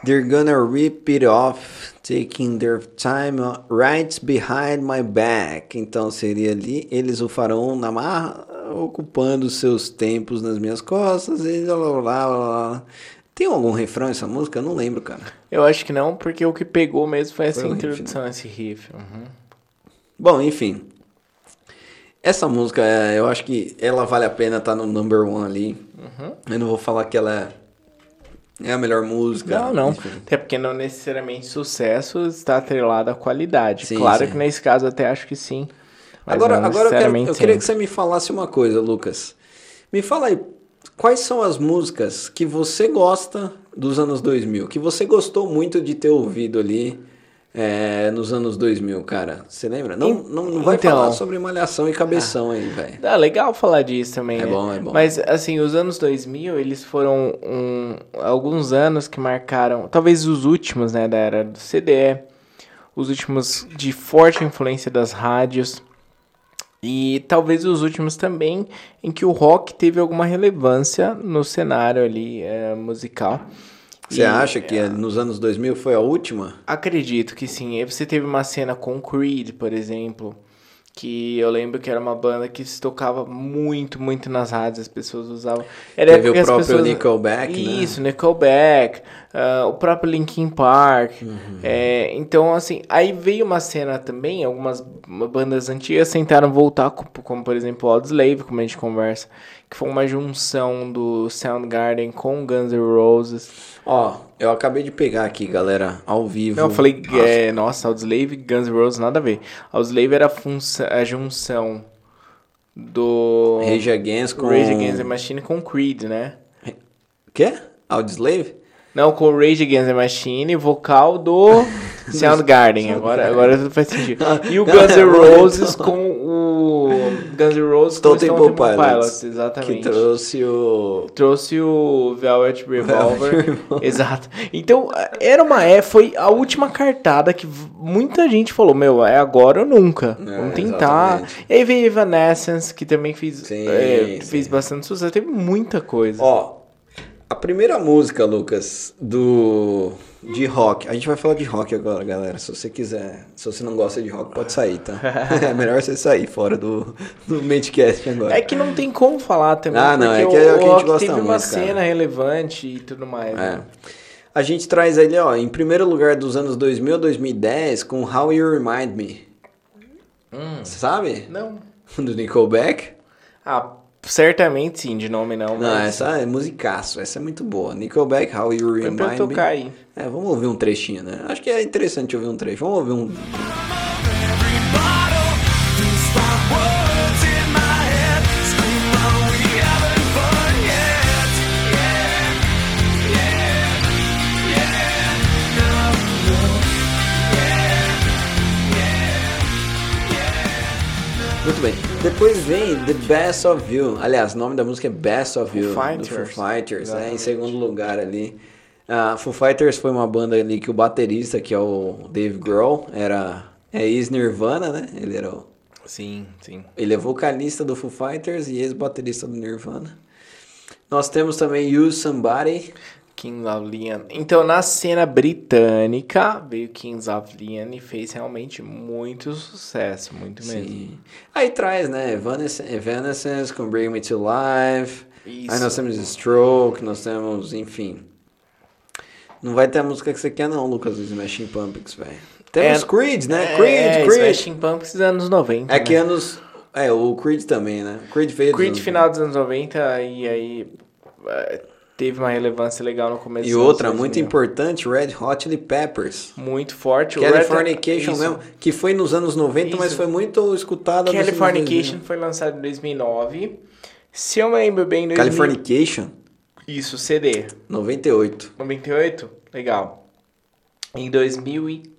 Speaker 1: They're gonna rip it off, taking their time right behind my back. Então seria ali, eles o farão na marra, ocupando seus tempos nas minhas costas e blá, blá, blá, blá. Tem algum refrão essa música? Eu não lembro, cara.
Speaker 2: Eu acho que não, porque o que pegou mesmo foi essa
Speaker 1: Foi o riff,
Speaker 2: introdução, esse riff. Uhum.
Speaker 1: Bom, enfim. Essa música, é, eu acho que ela vale a pena estar no number one ali. Eu não vou falar que ela é, é a melhor música.
Speaker 2: Não, não.
Speaker 1: Enfim.
Speaker 2: Até porque não necessariamente sucesso está atrelado à qualidade.
Speaker 1: Sim,
Speaker 2: claro
Speaker 1: sim.
Speaker 2: que nesse caso até acho que sim. Mas
Speaker 1: Agora,
Speaker 2: não
Speaker 1: agora eu, quero- eu
Speaker 2: necessariamente
Speaker 1: queria
Speaker 2: sim.
Speaker 1: que você me falasse uma coisa, Lucas. Me fala aí, quais são as músicas que você gosta dos anos 2000? Que você gostou muito de ter ouvido ali é, nos anos 2000, cara? Você lembra? Não,
Speaker 2: Em-
Speaker 1: não, não vai
Speaker 2: então.
Speaker 1: falar sobre malhação e cabeção aí, velho.
Speaker 2: Ah, legal falar disso também,
Speaker 1: É
Speaker 2: né?
Speaker 1: bom, é bom.
Speaker 2: Mas, assim, os anos 2000, eles foram um- alguns anos que marcaram, talvez os últimos, né, da era do CD, os últimos de forte influência das rádios, e talvez os últimos também em que o rock teve alguma relevância no cenário ali eh, musical.
Speaker 1: Você
Speaker 2: E-
Speaker 1: acha que eh, nos anos 2000 foi a última?
Speaker 2: Acredito que sim. E Você teve uma cena com Creed, por exemplo, que eu lembro que era uma banda que se tocava muito, muito nas rádios, as pessoas usavam. Era
Speaker 1: Teve
Speaker 2: época
Speaker 1: o
Speaker 2: que as
Speaker 1: próprio
Speaker 2: pessoas-
Speaker 1: Nickelback, né?
Speaker 2: Isso, Nickelback, ah, o próprio Linkin Park.
Speaker 1: Uhum.
Speaker 2: É, então, assim, aí veio uma cena também, algumas bandas antigas tentaram voltar, co- como por exemplo o Slave, como a gente conversa, que foi uma junção do Soundgarden com Guns N' Roses.
Speaker 1: Ó, eu acabei de pegar aqui, galera, ao vivo.
Speaker 2: Não, eu falei,
Speaker 1: assim.
Speaker 2: é, nossa, Audioslave e Guns N' Roses nada a ver. Audioslave era a, função, a junção do
Speaker 1: Ah, Rage Against com...
Speaker 2: Rage Against é the Machine com Creed, né?
Speaker 1: Quê? Audioslave?
Speaker 2: Não, com Rage Against the Machine, vocal do Soundgarden. agora, agora tudo faz sentido. E o Guns N' Roses com o Guys N' Roses com
Speaker 1: Stone
Speaker 2: o
Speaker 1: Temple Pilots. Que
Speaker 2: exatamente.
Speaker 1: trouxe o...
Speaker 2: Trouxe o Velvet Revolver.
Speaker 1: Velvet Revolver.
Speaker 2: Exato. Então, era uma. É, foi a última cartada que v- muita gente falou: Meu, é agora ou nunca.
Speaker 1: É,
Speaker 2: Vamos tentar.
Speaker 1: exatamente.
Speaker 2: E aí veio Evanescence, que também fez,
Speaker 1: Sim,
Speaker 2: é,
Speaker 1: sim.
Speaker 2: fez bastante sucesso. Teve muita coisa.
Speaker 1: Ó, a primeira música, Lucas, do... De rock. A gente vai falar de rock agora, galera. Se você quiser. Se você não gosta de rock, pode sair, tá? É melhor você sair fora do, do Mentecast agora.
Speaker 2: É que não tem como falar também.
Speaker 1: Ah, não,
Speaker 2: porque
Speaker 1: é que é o que a gente
Speaker 2: rock
Speaker 1: gosta
Speaker 2: teve uma
Speaker 1: muito, cara.
Speaker 2: cena relevante e tudo mais.
Speaker 1: É.
Speaker 2: né?
Speaker 1: A gente traz ele, ó, em primeiro lugar dos anos 2000 a 2010 com How You Remind Me. Sabe?
Speaker 2: Hum. Não.
Speaker 1: Do Nickelback?
Speaker 2: Ah, certamente sim, de nome
Speaker 1: Não,
Speaker 2: não. mas
Speaker 1: essa é musicaço, essa é muito boa. Nickelback, How You
Speaker 2: foi
Speaker 1: Remind
Speaker 2: pra eu tocar
Speaker 1: Me.
Speaker 2: aí.
Speaker 1: É, vamos ouvir um trechinho, né? Acho que é interessante ouvir um trecho. Vamos ouvir um. Muito bem. Depois vem The Best of You. Aliás, o nome da música é Best of You. Do Foo
Speaker 2: Fighters.
Speaker 1: Fighters, né? Em
Speaker 2: Exatamente.
Speaker 1: segundo lugar ali. Ah, Foo Fighters foi uma banda ali que o baterista, que é o Dave Grohl, era é ex-Nirvana, né? Ele era o-
Speaker 2: Sim, sim.
Speaker 1: ele é vocalista do Foo Fighters e ex-baterista do Nirvana. Nós temos também You Somebody.
Speaker 2: Kings of Leon. Então, na cena britânica, veio Kings of Leon e fez realmente muito sucesso, muito mesmo.
Speaker 1: Sim. Aí traz, né? Evanescence, Evanescence com Bring Me To Life. Aí nós
Speaker 2: Isso.
Speaker 1: temos Stroke, nós temos, enfim. Não vai ter a música que você quer não, Lucas, do Smashing Pumpkins, velho. Temos
Speaker 2: É-
Speaker 1: Creed, né?
Speaker 2: É,
Speaker 1: Creed,
Speaker 2: é,
Speaker 1: Creed.
Speaker 2: Smashing Pumpkins dos anos 90.
Speaker 1: É que
Speaker 2: né?
Speaker 1: anos... É, o Creed também, né? Creed veio dos
Speaker 2: Creed
Speaker 1: anos-
Speaker 2: final dos anos 90 e aí... é, teve uma relevância legal no começo
Speaker 1: E
Speaker 2: dos anos
Speaker 1: outra muito
Speaker 2: 2000.
Speaker 1: importante, Red Hot Chili Peppers.
Speaker 2: Muito forte. O Red-
Speaker 1: Californication
Speaker 2: Isso.
Speaker 1: mesmo, que foi nos anos 90, mas
Speaker 2: Isso.
Speaker 1: foi muito escutada nos anos
Speaker 2: Californication foi lançado em 2009. Se eu me lembro bem,
Speaker 1: 2000.
Speaker 2: 2000...
Speaker 1: Californication,
Speaker 2: Isso, CD.
Speaker 1: 98.
Speaker 2: 98? Legal. Em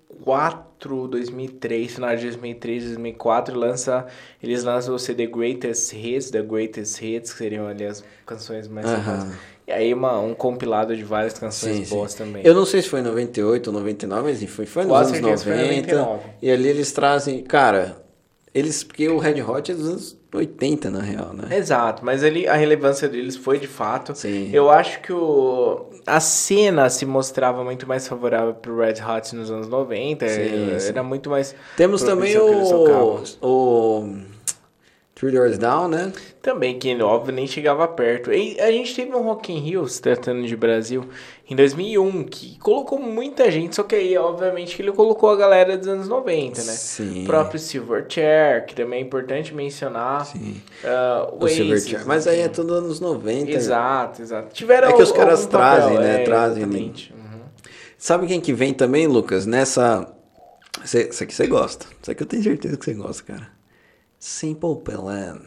Speaker 2: 2004, 2003, final de 2003, 2004, lança, eles lançam o CD Greatest Hits, The Greatest Hits, que seriam ali as canções mais
Speaker 1: Aham.
Speaker 2: famosas. E aí uma, um compilado de várias canções
Speaker 1: Sim, sim.
Speaker 2: boas também.
Speaker 1: Eu não sei se foi em 98 ou 99, mas enfim, foi nos
Speaker 2: Com
Speaker 1: anos 90.
Speaker 2: certeza foi em 99.
Speaker 1: E ali eles trazem, cara, eles porque o Red Hot é dos anos 80 na real,
Speaker 2: É,
Speaker 1: né?
Speaker 2: Exato, mas ali a relevância deles foi de fato.
Speaker 1: Sim.
Speaker 2: Eu acho que o, a cena se mostrava muito mais favorável pro Red Hot nos anos 90.
Speaker 1: Sim,
Speaker 2: era
Speaker 1: sim.
Speaker 2: muito mais.
Speaker 1: Temos também
Speaker 2: propício que eles
Speaker 1: o
Speaker 2: tocavam.
Speaker 1: o Three Doors Down, né?
Speaker 2: Também, que óbvio nem chegava perto. E a gente teve um Rock in Rio, se tratando de Brasil, em 2001, que colocou muita gente, só que aí, obviamente, que ele colocou a galera dos anos 90, né?
Speaker 1: Sim.
Speaker 2: O próprio Silverchair, que também é importante mencionar.
Speaker 1: Sim.
Speaker 2: Ah,
Speaker 1: O Silverchair.
Speaker 2: Oasis,
Speaker 1: Mas aí é
Speaker 2: enfim.
Speaker 1: tudo anos 90.
Speaker 2: Exato, exato. Tiveram
Speaker 1: É que os
Speaker 2: algum
Speaker 1: caras
Speaker 2: papel,
Speaker 1: trazem, né?
Speaker 2: é,
Speaker 1: Trazem, né?
Speaker 2: exatamente. Uhum.
Speaker 1: Sabe quem que vem também, Lucas? Nessa. Cê- Isso aqui você gosta. Isso aqui eu tenho certeza que você gosta, cara. Simple Plan.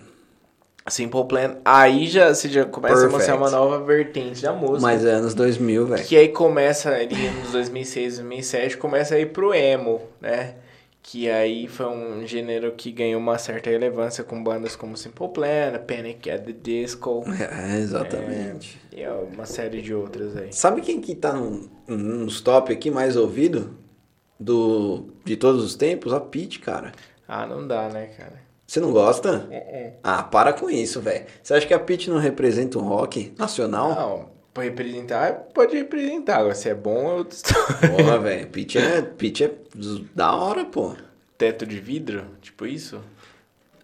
Speaker 2: Simple Plan. Aí já, você já começa a mostrar
Speaker 1: Perfect.
Speaker 2: uma nova vertente da música.
Speaker 1: Mas é anos 2000, velho.
Speaker 2: Que aí começa ali nos 2006, 2007, começa a ir pro emo, né? Que aí foi um gênero que ganhou uma certa relevância com bandas como Simple Plan, Panic at the Disco
Speaker 1: É, exatamente.
Speaker 2: e uma série de outras aí.
Speaker 1: Sabe quem que tá num- num- nos top aqui mais ouvido? Do, de todos os tempos? A Pete, cara.
Speaker 2: Ah, não dá, né, cara?
Speaker 1: Você não gosta?
Speaker 2: É, é.
Speaker 1: Ah, para com isso, velho. Você acha que a Pete não representa o rock nacional?
Speaker 2: Não, pra representar, pode representar. Agora, se é bom, é outra história.
Speaker 1: Porra, velho. Pete é, Pete é da hora, pô.
Speaker 2: Teto de vidro, tipo isso?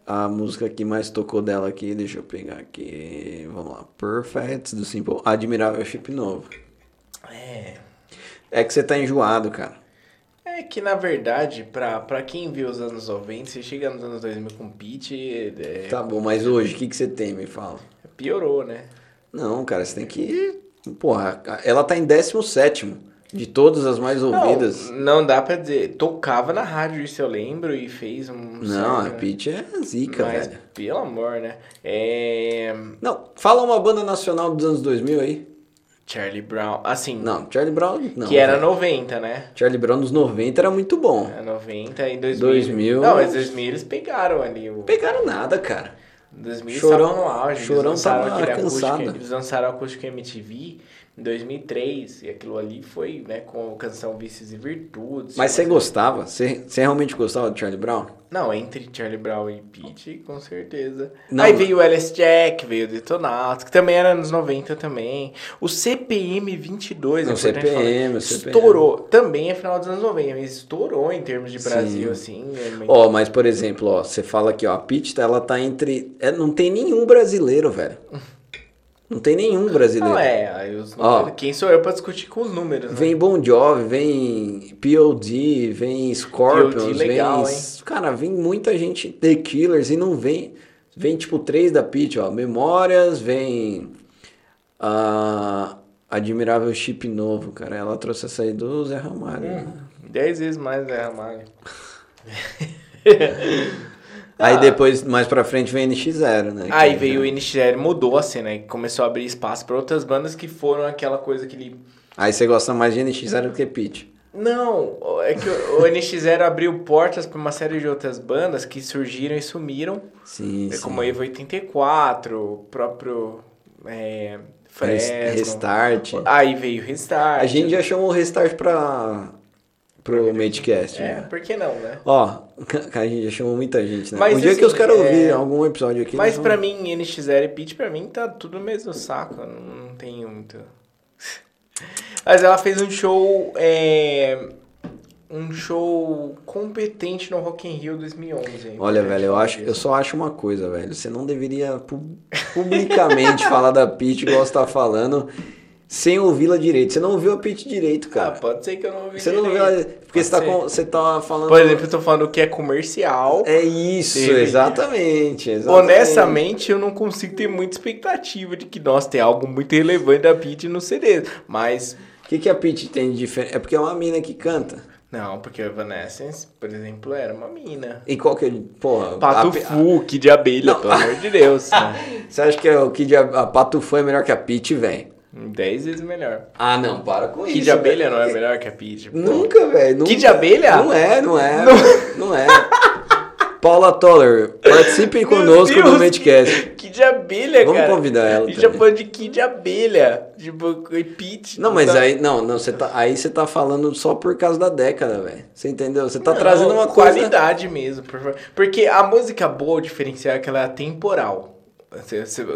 Speaker 1: A música que mais tocou dela aqui, deixa eu pegar aqui. Vamos lá. Perfect do Simple. Admirável Chip Novo.
Speaker 2: É.
Speaker 1: É que você tá enjoado, cara.
Speaker 2: É que, na verdade, pra, pra quem viu os anos 90, você chega nos anos 2000 com Pitch, é,
Speaker 1: Tá bom, mas hoje, o que, que você tem? Me fala.
Speaker 2: piorou, né?
Speaker 1: Não, cara, você tem que. Porra, ela tá em 17 de todas as mais ouvidas.
Speaker 2: Não, não dá pra dizer. Tocava na rádio, isso eu lembro, e fez um.
Speaker 1: Não, a
Speaker 2: certo, né?
Speaker 1: Pitty é zica,
Speaker 2: Mas,
Speaker 1: velho.
Speaker 2: pelo amor, né? É.
Speaker 1: Não, fala uma banda nacional dos anos 2000 aí.
Speaker 2: Charlie Brown. Assim,
Speaker 1: Não, Charlie Brown não.
Speaker 2: que era
Speaker 1: velho.
Speaker 2: 90, né?
Speaker 1: Charlie Brown nos 90 era muito bom.
Speaker 2: Era 90 e 2000.
Speaker 1: 2000.
Speaker 2: Não, mas 2000 eles pegaram ali. O...
Speaker 1: Pegaram nada, cara.
Speaker 2: 2000
Speaker 1: Chorão-
Speaker 2: estavam no auge. eles
Speaker 1: Chorão
Speaker 2: lançaram
Speaker 1: tava
Speaker 2: aquele
Speaker 1: cansado.
Speaker 2: Acústico, eles lançaram o Acústico MTV em 2003. E aquilo ali foi, né, com a canção Vícios e Virtudes.
Speaker 1: Mas você gostava? Você, você realmente gostava de Charlie Brown?
Speaker 2: Não, entre Charlie Brown e Pete, com certeza.
Speaker 1: Não,
Speaker 2: Aí
Speaker 1: não.
Speaker 2: veio o Alice Jack, veio o Detonautas, que também era anos 90 também. O CPM 22,
Speaker 1: Não,
Speaker 2: é importante falar,
Speaker 1: CPM, o CPM.
Speaker 2: estourou. Também é final dos anos 90, mas estourou em termos de
Speaker 1: Sim.
Speaker 2: Brasil, assim. é muito-
Speaker 1: Ó, mas por exemplo, ó, você fala aqui, ó, a Pitty, ela tá entre. é, não tem nenhum brasileiro, velho. Não tem nenhum brasileiro.
Speaker 2: Não é, aí os
Speaker 1: Ó.
Speaker 2: números- quem sou eu pra discutir com os números, né?
Speaker 1: Vem Bon Jovi, vem POD, vem Scorpions,
Speaker 2: POD legal,
Speaker 1: vem.
Speaker 2: hein?
Speaker 1: Cara, vem muita gente The Killers e não vem. Vem tipo três da Pitty, ó. Memórias, vem. ah, Admirável Chip Novo, cara. Ela trouxe essa aí do Zé
Speaker 2: Hum.
Speaker 1: Ramalho. né?
Speaker 2: Dez vezes mais é Ramalho.
Speaker 1: Aí depois, mais pra frente, vem NX0, né?
Speaker 2: Ah. Aí
Speaker 1: Que-
Speaker 2: veio o NX0, mudou a cena e começou a abrir espaço pra outras bandas que foram aquela coisa que ele
Speaker 1: Aí você gosta mais de NX0 do que Pitty.
Speaker 2: Não, é que o o NX0 abriu portas para uma série de outras bandas que surgiram e sumiram,
Speaker 1: Sim,
Speaker 2: é
Speaker 1: sim.
Speaker 2: como a Evo 84, o próprio é,
Speaker 1: Res-
Speaker 2: Fresno.
Speaker 1: Restart.
Speaker 2: Aí veio o Restart.
Speaker 1: A gente já chamou o Restart pra... Pro Madcast,
Speaker 2: É,
Speaker 1: né?
Speaker 2: por que não, né?
Speaker 1: Ó, ca- a gente já chamou muita gente, né?
Speaker 2: Mas
Speaker 1: um dia
Speaker 2: assim,
Speaker 1: que os caras
Speaker 2: é-
Speaker 1: ouvirem algum episódio aqui...
Speaker 2: Mas
Speaker 1: nós
Speaker 2: pra
Speaker 1: vamos-
Speaker 2: mim, NX0 e Pitch, pra mim tá tudo no mesmo saco, eu não não tenho muito... Mas ela fez um show, é, um show competente no Rock in Rio 2011. hein?
Speaker 1: Olha, velho, eu,
Speaker 2: Falar
Speaker 1: acho, eu
Speaker 2: disso.
Speaker 1: só acho uma coisa, velho. Você não deveria pu- publicamente falar da Pete igual você tá falando. sem ouvi-la direito. Você não ouviu a pitch direito,
Speaker 2: Ah,
Speaker 1: cara.
Speaker 2: pode ser que eu não ouvi
Speaker 1: você não ouviu
Speaker 2: direito.
Speaker 1: a... Porque
Speaker 2: Pode
Speaker 1: você tá,
Speaker 2: ser.
Speaker 1: com- você tá falando...
Speaker 2: Por exemplo, eu tô falando que é comercial.
Speaker 1: É isso,
Speaker 2: Teve.
Speaker 1: exatamente, exatamente.
Speaker 2: Honestamente, eu não consigo ter muita expectativa de que, nossa, tem algo muito relevante da Pitty no CD. Mas,
Speaker 1: O que, que a Pitty tem de diferente? É porque é uma mina que canta.
Speaker 2: não, porque a Evanescence, por exemplo, era uma mina.
Speaker 1: E qual que é. Porra.
Speaker 2: Pato
Speaker 1: a-
Speaker 2: Fu, que de abelha, pelo amor de Deus. né?
Speaker 1: Você acha que é o Kid a, a Pato Fã é melhor que a Pitty, velho?
Speaker 2: Dez vezes melhor.
Speaker 1: Ah, não, para com
Speaker 2: Que de
Speaker 1: velho.
Speaker 2: abelha não é melhor que a Pitty. pô.
Speaker 1: Nunca, velho. nunca.
Speaker 2: de abelha?
Speaker 1: Não é, não é. Não, é. Paula Toller, participem
Speaker 2: Meu
Speaker 1: conosco
Speaker 2: Deus,
Speaker 1: do Medcast.
Speaker 2: Que de abelha,
Speaker 1: Vamos
Speaker 2: cara.
Speaker 1: convidar ela
Speaker 2: A gente já
Speaker 1: também.
Speaker 2: falou de que de abelha. Tipo, e Pitty.
Speaker 1: Não, mas
Speaker 2: sabe?
Speaker 1: aí, não, não, você tá, aí você tá falando só por causa da década, velho. Você entendeu? Você tá
Speaker 2: Não,
Speaker 1: trazendo uma coisa.
Speaker 2: qualidade mesmo, por favor. Porque a música boa, o diferencial é que ela é temporal.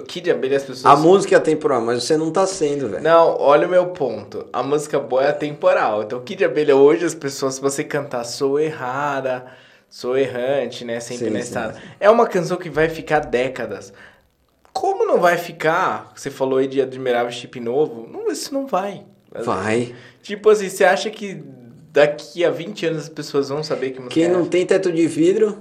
Speaker 2: Que de abelha as pessoas.
Speaker 1: A música é temporal, mas você não tá sendo, velho.
Speaker 2: assim. Não, olha o meu ponto. A música boa é atemporal. Então, Kid Abelha hoje, as pessoas, se você cantar Sou Errada, Sou Errante, né? Sempre
Speaker 1: Sim,
Speaker 2: na
Speaker 1: sim.
Speaker 2: estrada. É uma canção que vai ficar décadas. Como não vai ficar? Você falou aí de Admirável Chip Novo. Não, isso não vai.
Speaker 1: Vai.
Speaker 2: Tipo assim, você acha que daqui a 20 anos as pessoas vão saber que música
Speaker 1: Quem
Speaker 2: é?
Speaker 1: não tem teto de vidro.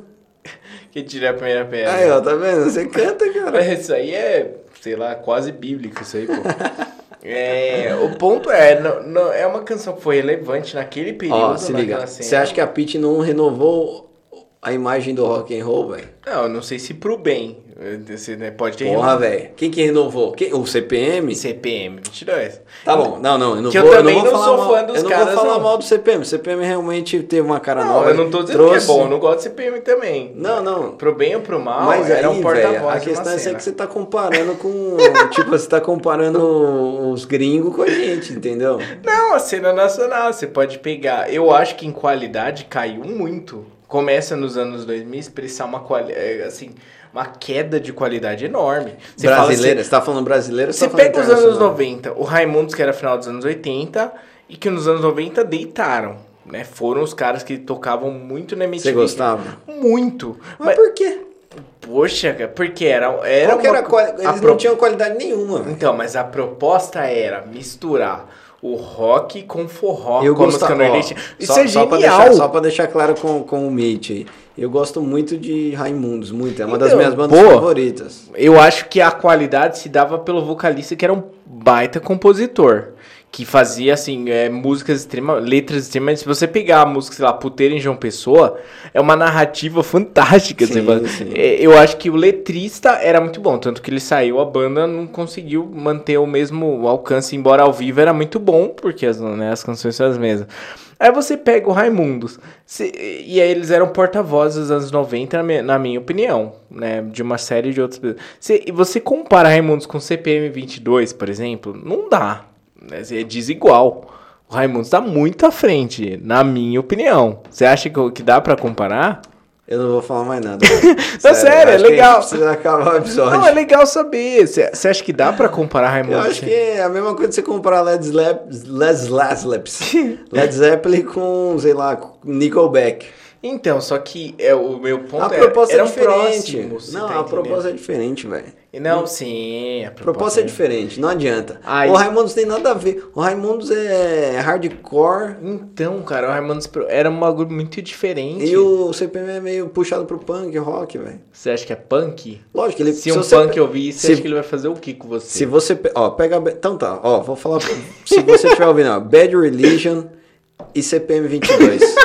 Speaker 2: Que tirar a primeira pedra.
Speaker 1: Aí, ó, tá vendo? Você canta, cara.
Speaker 2: Mas Isso aí é, sei lá, quase bíblico isso aí, pô. É, o ponto é, não, não- é uma canção que foi relevante naquele período.
Speaker 1: Ó, se liga.
Speaker 2: naquela cena.
Speaker 1: Você acha que a Pitty não renovou a imagem do rock and roll, velho?
Speaker 2: Não, eu não sei se pro bem. eh, Você né, pode ter
Speaker 1: Porra, velho. Quem que renovou? Quem? O CPM?
Speaker 2: CPM 22.
Speaker 1: Tá bom. Não, não, eu não
Speaker 2: Que eu
Speaker 1: vou,
Speaker 2: também
Speaker 1: eu não, vou
Speaker 2: não
Speaker 1: falar
Speaker 2: sou
Speaker 1: mal,
Speaker 2: fã dos
Speaker 1: Eu não
Speaker 2: caras,
Speaker 1: vou falar
Speaker 2: não.
Speaker 1: mal do CPM. O CPM realmente teve uma cara
Speaker 2: Não,
Speaker 1: nova.
Speaker 2: eu não tô dizendo
Speaker 1: trouxe...
Speaker 2: que é bom, eu não gosto de CPM também.
Speaker 1: Não, não.
Speaker 2: Pro bem ou pro mal,
Speaker 1: Mas
Speaker 2: era
Speaker 1: aí,
Speaker 2: um
Speaker 1: velho,
Speaker 2: porta-voz
Speaker 1: a
Speaker 2: de uma
Speaker 1: questão é essa
Speaker 2: cena.
Speaker 1: que você tá comparando com... tipo, você tá comparando os gringos com a gente, entendeu?
Speaker 2: Não, a cena é nacional, você pode pegar. Eu acho que em qualidade caiu muito. Começa nos anos 2000 a expressar uma quali- eh, assim, uma queda de qualidade enorme. Você fala assim,
Speaker 1: brasileira? Você tá falando brasileira? ou
Speaker 2: você
Speaker 1: tá falando
Speaker 2: pega os anos
Speaker 1: internacional?
Speaker 2: 90, o Raimundos, que era final dos anos 80, e que nos anos 90 deitaram, né? Foram os caras que tocavam muito na MTV.
Speaker 1: Você gostava?
Speaker 2: Muito.
Speaker 1: Mas
Speaker 2: Mas,
Speaker 1: por quê?
Speaker 2: poxa, cara, porque era, era
Speaker 1: Qual que
Speaker 2: uma-
Speaker 1: era a quali-
Speaker 2: a
Speaker 1: Eles
Speaker 2: pro-
Speaker 1: não tinham qualidade nenhuma, velho.
Speaker 2: Então, mas a proposta era misturar o rock com forró,
Speaker 1: Eu
Speaker 2: com a
Speaker 1: gosto
Speaker 2: música nordestina. Isso é
Speaker 1: só pra
Speaker 2: genial.
Speaker 1: deixar, só pra deixar claro com, com o Mate aí. Eu gosto muito de Raimundos, muito. É uma das
Speaker 2: Então,
Speaker 1: minhas bandas
Speaker 2: boa.
Speaker 1: favoritas.
Speaker 2: Eu acho que a qualidade se dava pelo vocalista que era um baita compositor. Que fazia, assim, é, músicas extremas, letras extremamente. Se você pegar a música, sei lá, Puteira em João Pessoa, é uma narrativa fantástica.
Speaker 1: Sim,
Speaker 2: assim,
Speaker 1: sim.
Speaker 2: é, Eu acho que o letrista era muito bom, tanto que ele saiu, a banda não conseguiu manter o mesmo alcance, embora ao vivo era muito bom, porque as, né, as canções são as mesmas. Aí você pega o Raimundos, se- e aí eles eram porta-vozes dos anos 90, na minha, na minha opinião, né, de uma série de outros... Se, e você compara Raimundos com CPM 22, por exemplo, não dá, né, é desigual. O Raimundos tá muito à frente, na minha opinião. Você acha que, que dá pra comparar?
Speaker 1: Eu não vou falar mais nada.
Speaker 2: Não, sério,
Speaker 1: acho que
Speaker 2: é
Speaker 1: a gente
Speaker 2: legal.
Speaker 1: Precisa acabar o episódio.
Speaker 2: Não, é legal saber. Você acha que dá pra comparar Raimundo?
Speaker 1: Eu acho que é a mesma coisa que você comparar Led Zeppelin, Led Zeppelin com, sei lá, com Nickelback.
Speaker 2: Então, só que é, o meu ponto
Speaker 1: A
Speaker 2: era-
Speaker 1: proposta
Speaker 2: eram
Speaker 1: é diferente.
Speaker 2: próximos, você
Speaker 1: não,
Speaker 2: tá
Speaker 1: a
Speaker 2: entendendo?
Speaker 1: proposta é diferente, velho.
Speaker 2: E Não, sim, a proposta,
Speaker 1: A proposta é diferente, não adianta.
Speaker 2: Ai.
Speaker 1: O Raimundos tem nada a ver. O Raimundos é hardcore
Speaker 2: Então, cara, o Raimundos pro- era um bagulho muito diferente.
Speaker 1: e o CPM é meio puxado pro punk, rock, velho.
Speaker 2: Você acha que é punk?
Speaker 1: Lógico, ele
Speaker 2: Se um
Speaker 1: você
Speaker 2: punk
Speaker 1: pe-
Speaker 2: ouvir, você
Speaker 1: se-
Speaker 2: acha que ele vai fazer o que com você?
Speaker 1: Se você, pe- ó, pega be- então tá, ó, vou falar se você estiver ouvindo, ó, Bad Religion e CPM 22.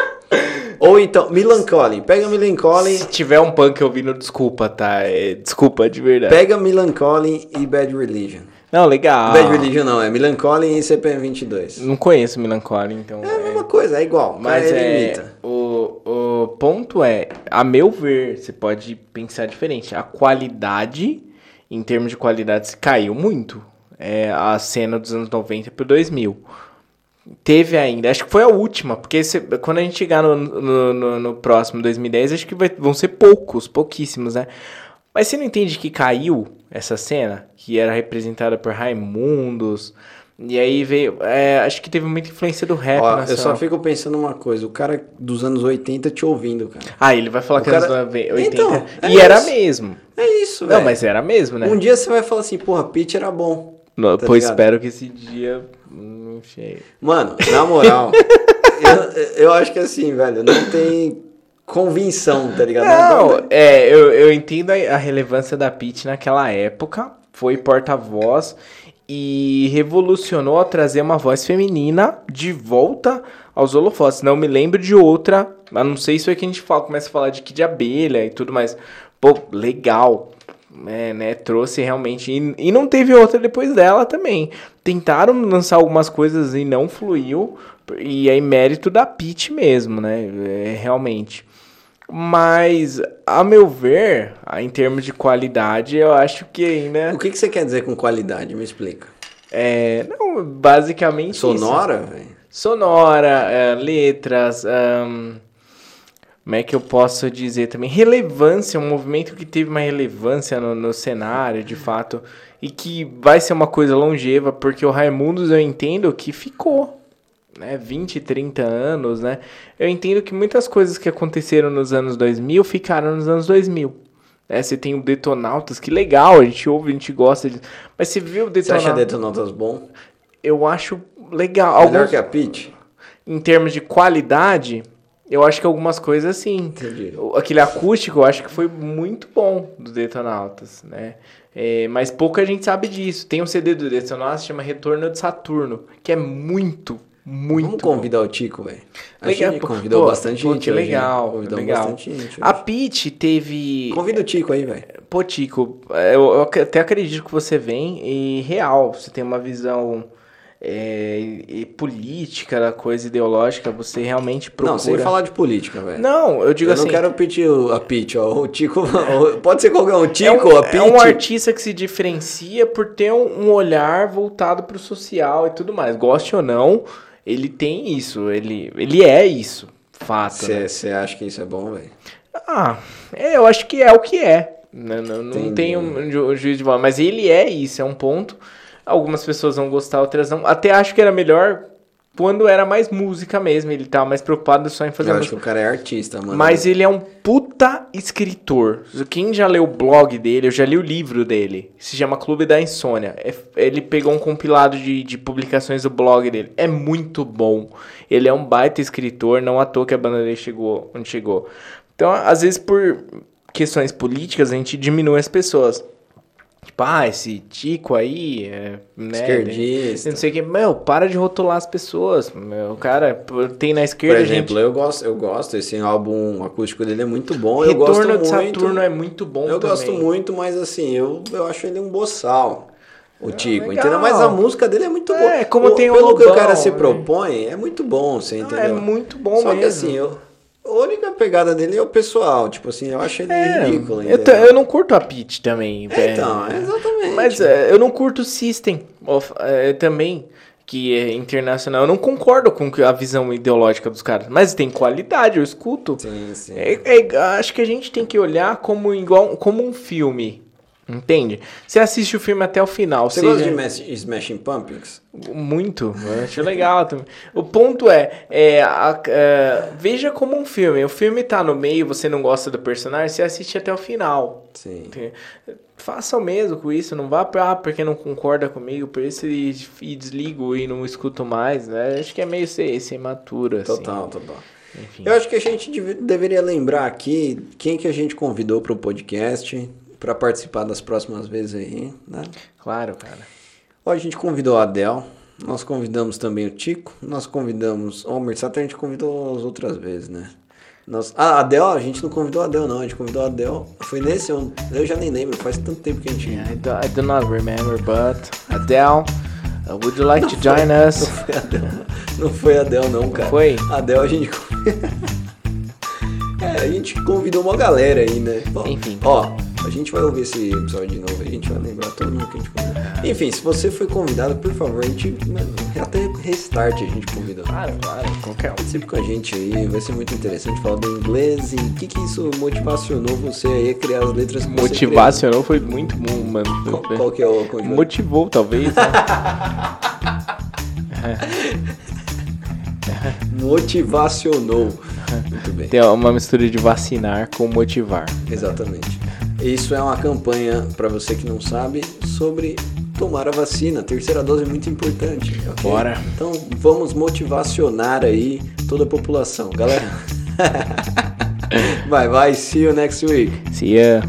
Speaker 1: Ou então Melancholy, pega Melancholy,
Speaker 2: Se tiver um punk ouvindo, desculpa, tá? É, desculpa, de verdade.
Speaker 1: pega Melancholy e Bad Religion.
Speaker 2: Não, legal.
Speaker 1: Bad Religion não, é Melancholy e CPM 22.
Speaker 2: Ah. Não conheço Melancholy, então...
Speaker 1: É a mesma coisa, é igual, mas
Speaker 2: Mas
Speaker 1: ele
Speaker 2: é,
Speaker 1: imita.
Speaker 2: o, o ponto é, a meu ver, você pode pensar diferente. A qualidade, em termos de qualidade, se caiu muito. É, a cena dos anos 90 pro 2000. Teve ainda, acho que foi a última, porque se- quando a gente chegar no, no, no- no próximo 2010, acho que vai- vão ser poucos, pouquíssimos, né? Mas você não entende que caiu essa cena, que era representada por Raimundos, e aí veio. é, acho que teve muita influência do rap.
Speaker 1: Ó, eu
Speaker 2: nacional.
Speaker 1: só fico pensando uma coisa, o cara dos anos 80 te ouvindo, cara.
Speaker 2: Ah, ele vai falar
Speaker 1: O
Speaker 2: que
Speaker 1: cara-
Speaker 2: anos 90. 80.
Speaker 1: Então, é
Speaker 2: e era
Speaker 1: isso.
Speaker 2: mesmo.
Speaker 1: É isso,
Speaker 2: Não,
Speaker 1: velho.
Speaker 2: mas era mesmo, né?
Speaker 1: Um dia você vai falar assim, porra, Pitch era bom.
Speaker 2: No-
Speaker 1: Tá
Speaker 2: pô,
Speaker 1: ligado?
Speaker 2: espero que esse dia hum, não chegue.
Speaker 1: Mano, na moral, eu, eu acho que assim, velho, não tem convinção, tá ligado?
Speaker 2: Não, é, eu, eu entendo a, a relevância da Pitt naquela época. Foi porta-voz e revolucionou ao trazer uma voz feminina de volta aos holofotes. Não me lembro de outra, mas não sei se foi que a gente fala, começa a falar de Kid Abelha e tudo mais. Pô, legal. É, né, trouxe realmente. E, e não teve outra depois dela também. Tentaram lançar algumas coisas e não fluiu. E aí, mérito da Pitt mesmo, né? É, realmente. Mas, a meu ver, a- em termos de qualidade, eu acho que ainda.
Speaker 1: O que, que você quer dizer com qualidade? Me explica.
Speaker 2: É, não, basicamente. isso.
Speaker 1: Sonora, velho?
Speaker 2: Sonora, é, letras. ahn, como é que eu posso dizer também? Relevância, um movimento que teve uma relevância no, no cenário, de fato. E que vai ser uma coisa longeva, porque o Raimundos eu entendo que ficou né, 20, 30 anos, né? Eu entendo que muitas coisas que aconteceram nos anos 2000 ficaram nos anos 2000. Né? Você tem o Detonautas, que legal, a gente ouve, a gente gosta disso. Mas você viu o
Speaker 1: Você acha Detonautas
Speaker 2: Detonautas?
Speaker 1: bom?
Speaker 2: Eu acho legal.
Speaker 1: Melhor
Speaker 2: Alguns,
Speaker 1: que a Peach?
Speaker 2: Em termos de qualidade, eu acho que algumas coisas sim.
Speaker 1: Entendi.
Speaker 2: O- Aquele acústico eu acho que foi muito bom do Detonautas, né? É, mas pouca gente sabe disso. Tem um CD do Detonautas que chama Retorno de Saturno, que é muito, muito
Speaker 1: Vamos
Speaker 2: bom.
Speaker 1: convidar o Tico, velho. A
Speaker 2: Legal,
Speaker 1: gente
Speaker 2: pô.
Speaker 1: convidou
Speaker 2: Pô,
Speaker 1: bastante
Speaker 2: pô,
Speaker 1: gente.
Speaker 2: que
Speaker 1: hoje, né?
Speaker 2: legal,
Speaker 1: Convidamos
Speaker 2: legal.
Speaker 1: bastante gente.
Speaker 2: A
Speaker 1: hoje.
Speaker 2: Pete teve.
Speaker 1: Convida o Tico aí, velho.
Speaker 2: Pô, Tico, é, eu, eu ac- até acredito que você vem e real, você tem uma visão é, e- e política da coisa ideológica, você realmente procura.
Speaker 1: Não, sem falar de política, velho.
Speaker 2: Não, eu digo
Speaker 1: eu
Speaker 2: assim.
Speaker 1: não quero pedir o- a Peach, ó. O Tico. o- Pode ser qualquer um. O
Speaker 2: é,
Speaker 1: Tico,
Speaker 2: um,
Speaker 1: a
Speaker 2: é
Speaker 1: Peach.
Speaker 2: um artista que se diferencia por ter um, um olhar voltado pro social e tudo mais. Goste ou não, ele tem isso, ele, ele é isso, fato. né?
Speaker 1: Você acha que isso é bom, velho?
Speaker 2: Ah, é, eu acho que é o que é. Não, não, não
Speaker 1: Entendi.
Speaker 2: tem um, ju- um juiz de valor, mas ele é isso, é um ponto. Algumas pessoas vão gostar, outras não. Até acho que era melhor quando era mais música mesmo, ele tava mais preocupado só em fazer
Speaker 1: Eu acho que
Speaker 2: música.
Speaker 1: o cara é artista, mano.
Speaker 2: Mas ele é um puta escritor. Quem já leu o blog dele, eu já li o livro dele. Se chama Clube da Insônia. É- ele pegou um compilado de, de publicações do blog dele. É muito bom. Ele é um baita escritor, não à toa que a banda dele chegou onde chegou. Então, às vezes, por questões políticas, a gente diminui as pessoas. Tipo, ah, esse Tico aí, é, né?
Speaker 1: Esquerdista.
Speaker 2: Não sei o que. Meu, para de rotular as pessoas. Meu, cara, pô, tem na
Speaker 1: Por
Speaker 2: esquerda. gente...
Speaker 1: exemplo, eu gosto, eu gosto, esse álbum acústico dele é muito bom. eu gosto
Speaker 2: Retorno
Speaker 1: muito.
Speaker 2: de Saturno é muito bom
Speaker 1: Eu
Speaker 2: também.
Speaker 1: gosto muito, mas assim, eu, eu acho ele um boçal. O Tico,
Speaker 2: Ah, legal.
Speaker 1: entendeu? Mas a música dele é muito
Speaker 2: É,
Speaker 1: boa.
Speaker 2: como
Speaker 1: O-
Speaker 2: tem o
Speaker 1: Pelo que o
Speaker 2: Lobão,
Speaker 1: cara se
Speaker 2: né?
Speaker 1: propõe, é muito bom, você
Speaker 2: Ah,
Speaker 1: entendeu?
Speaker 2: é muito bom
Speaker 1: Só
Speaker 2: mesmo.
Speaker 1: que assim, eu, a única pegada dele é o pessoal. Tipo assim, eu acho ele
Speaker 2: É,
Speaker 1: ridículo,
Speaker 2: eu, ta-
Speaker 1: entendeu?
Speaker 2: eu não curto a Peach também. velho.
Speaker 1: Então, exatamente.
Speaker 2: Mas é, eu não curto o System of- é, também, que é internacional. Eu não concordo com que- a visão ideológica dos caras. Mas tem qualidade, eu escuto.
Speaker 1: Sim, sim.
Speaker 2: É- é- acho que a gente tem que olhar como, igual, como um filme. Entende? Você assiste o filme até o final.
Speaker 1: Você
Speaker 2: seja-
Speaker 1: gosta de Mas- Smashing Pumpkins?
Speaker 2: Muito, eu acho legal também. O ponto é, é, a- é, veja como um filme. O filme tá no meio, você não gosta do personagem, você assiste até o final.
Speaker 1: Sim.
Speaker 2: Entendeu? Faça o mesmo com isso, não vá pra ah, porque não concorda comigo, por isso e, e desligo e não escuto mais, né? Acho que é meio ser, ser imaturo, assim.
Speaker 1: Total, total.
Speaker 2: Enfim.
Speaker 1: Eu acho que a gente deve- deveria lembrar aqui quem que a gente convidou para o podcast para participar das próximas vezes aí, né?
Speaker 2: Claro, cara.
Speaker 1: Ó, a gente convidou a Adele, nós convidamos também o Tico, nós convidamos o Homer Sater, a gente convidou as outras vezes, né? Nós, ah, a Adele, a gente não convidou a Adele não, a gente convidou a Adele, foi nesse, eu, eu já nem lembro, faz tanto tempo que a gente...
Speaker 2: I do, I do not remember, but Adele, uh, would you like to join us?
Speaker 1: Foi a Adele. Não foi a Adele não, cara.
Speaker 2: Foi?
Speaker 1: A Adele a gente... con- é, a gente convidou uma galera aí, né? Bom,
Speaker 2: Enfim.
Speaker 1: Ó, a gente vai ouvir esse episódio de novo, a gente vai lembrar todo mundo que a gente convidou.
Speaker 2: É.
Speaker 1: Enfim, se você foi convidado, por favor, a gente... mano, Até restart a gente convidou.
Speaker 2: Claro, claro, qualquer um.
Speaker 1: Participe com a gente aí, vai ser muito interessante falar do inglês e o que, que isso motivacionou você aí a criar as letras que você
Speaker 2: Motivacionou foi muito bom, mano.
Speaker 1: criou? Qual, qual que é o conjunto?
Speaker 2: Motivou, talvez. né?
Speaker 1: Motivacionou. Muito bem.
Speaker 2: Tem uma mistura de vacinar com motivar.
Speaker 1: Exatamente. Isso é uma campanha, para você que não sabe, sobre tomar a vacina. Terceira dose é muito importante. ok?
Speaker 2: Bora.
Speaker 1: Então vamos motivacionar aí toda a população, galera. bye bye, see you next week.
Speaker 2: See ya.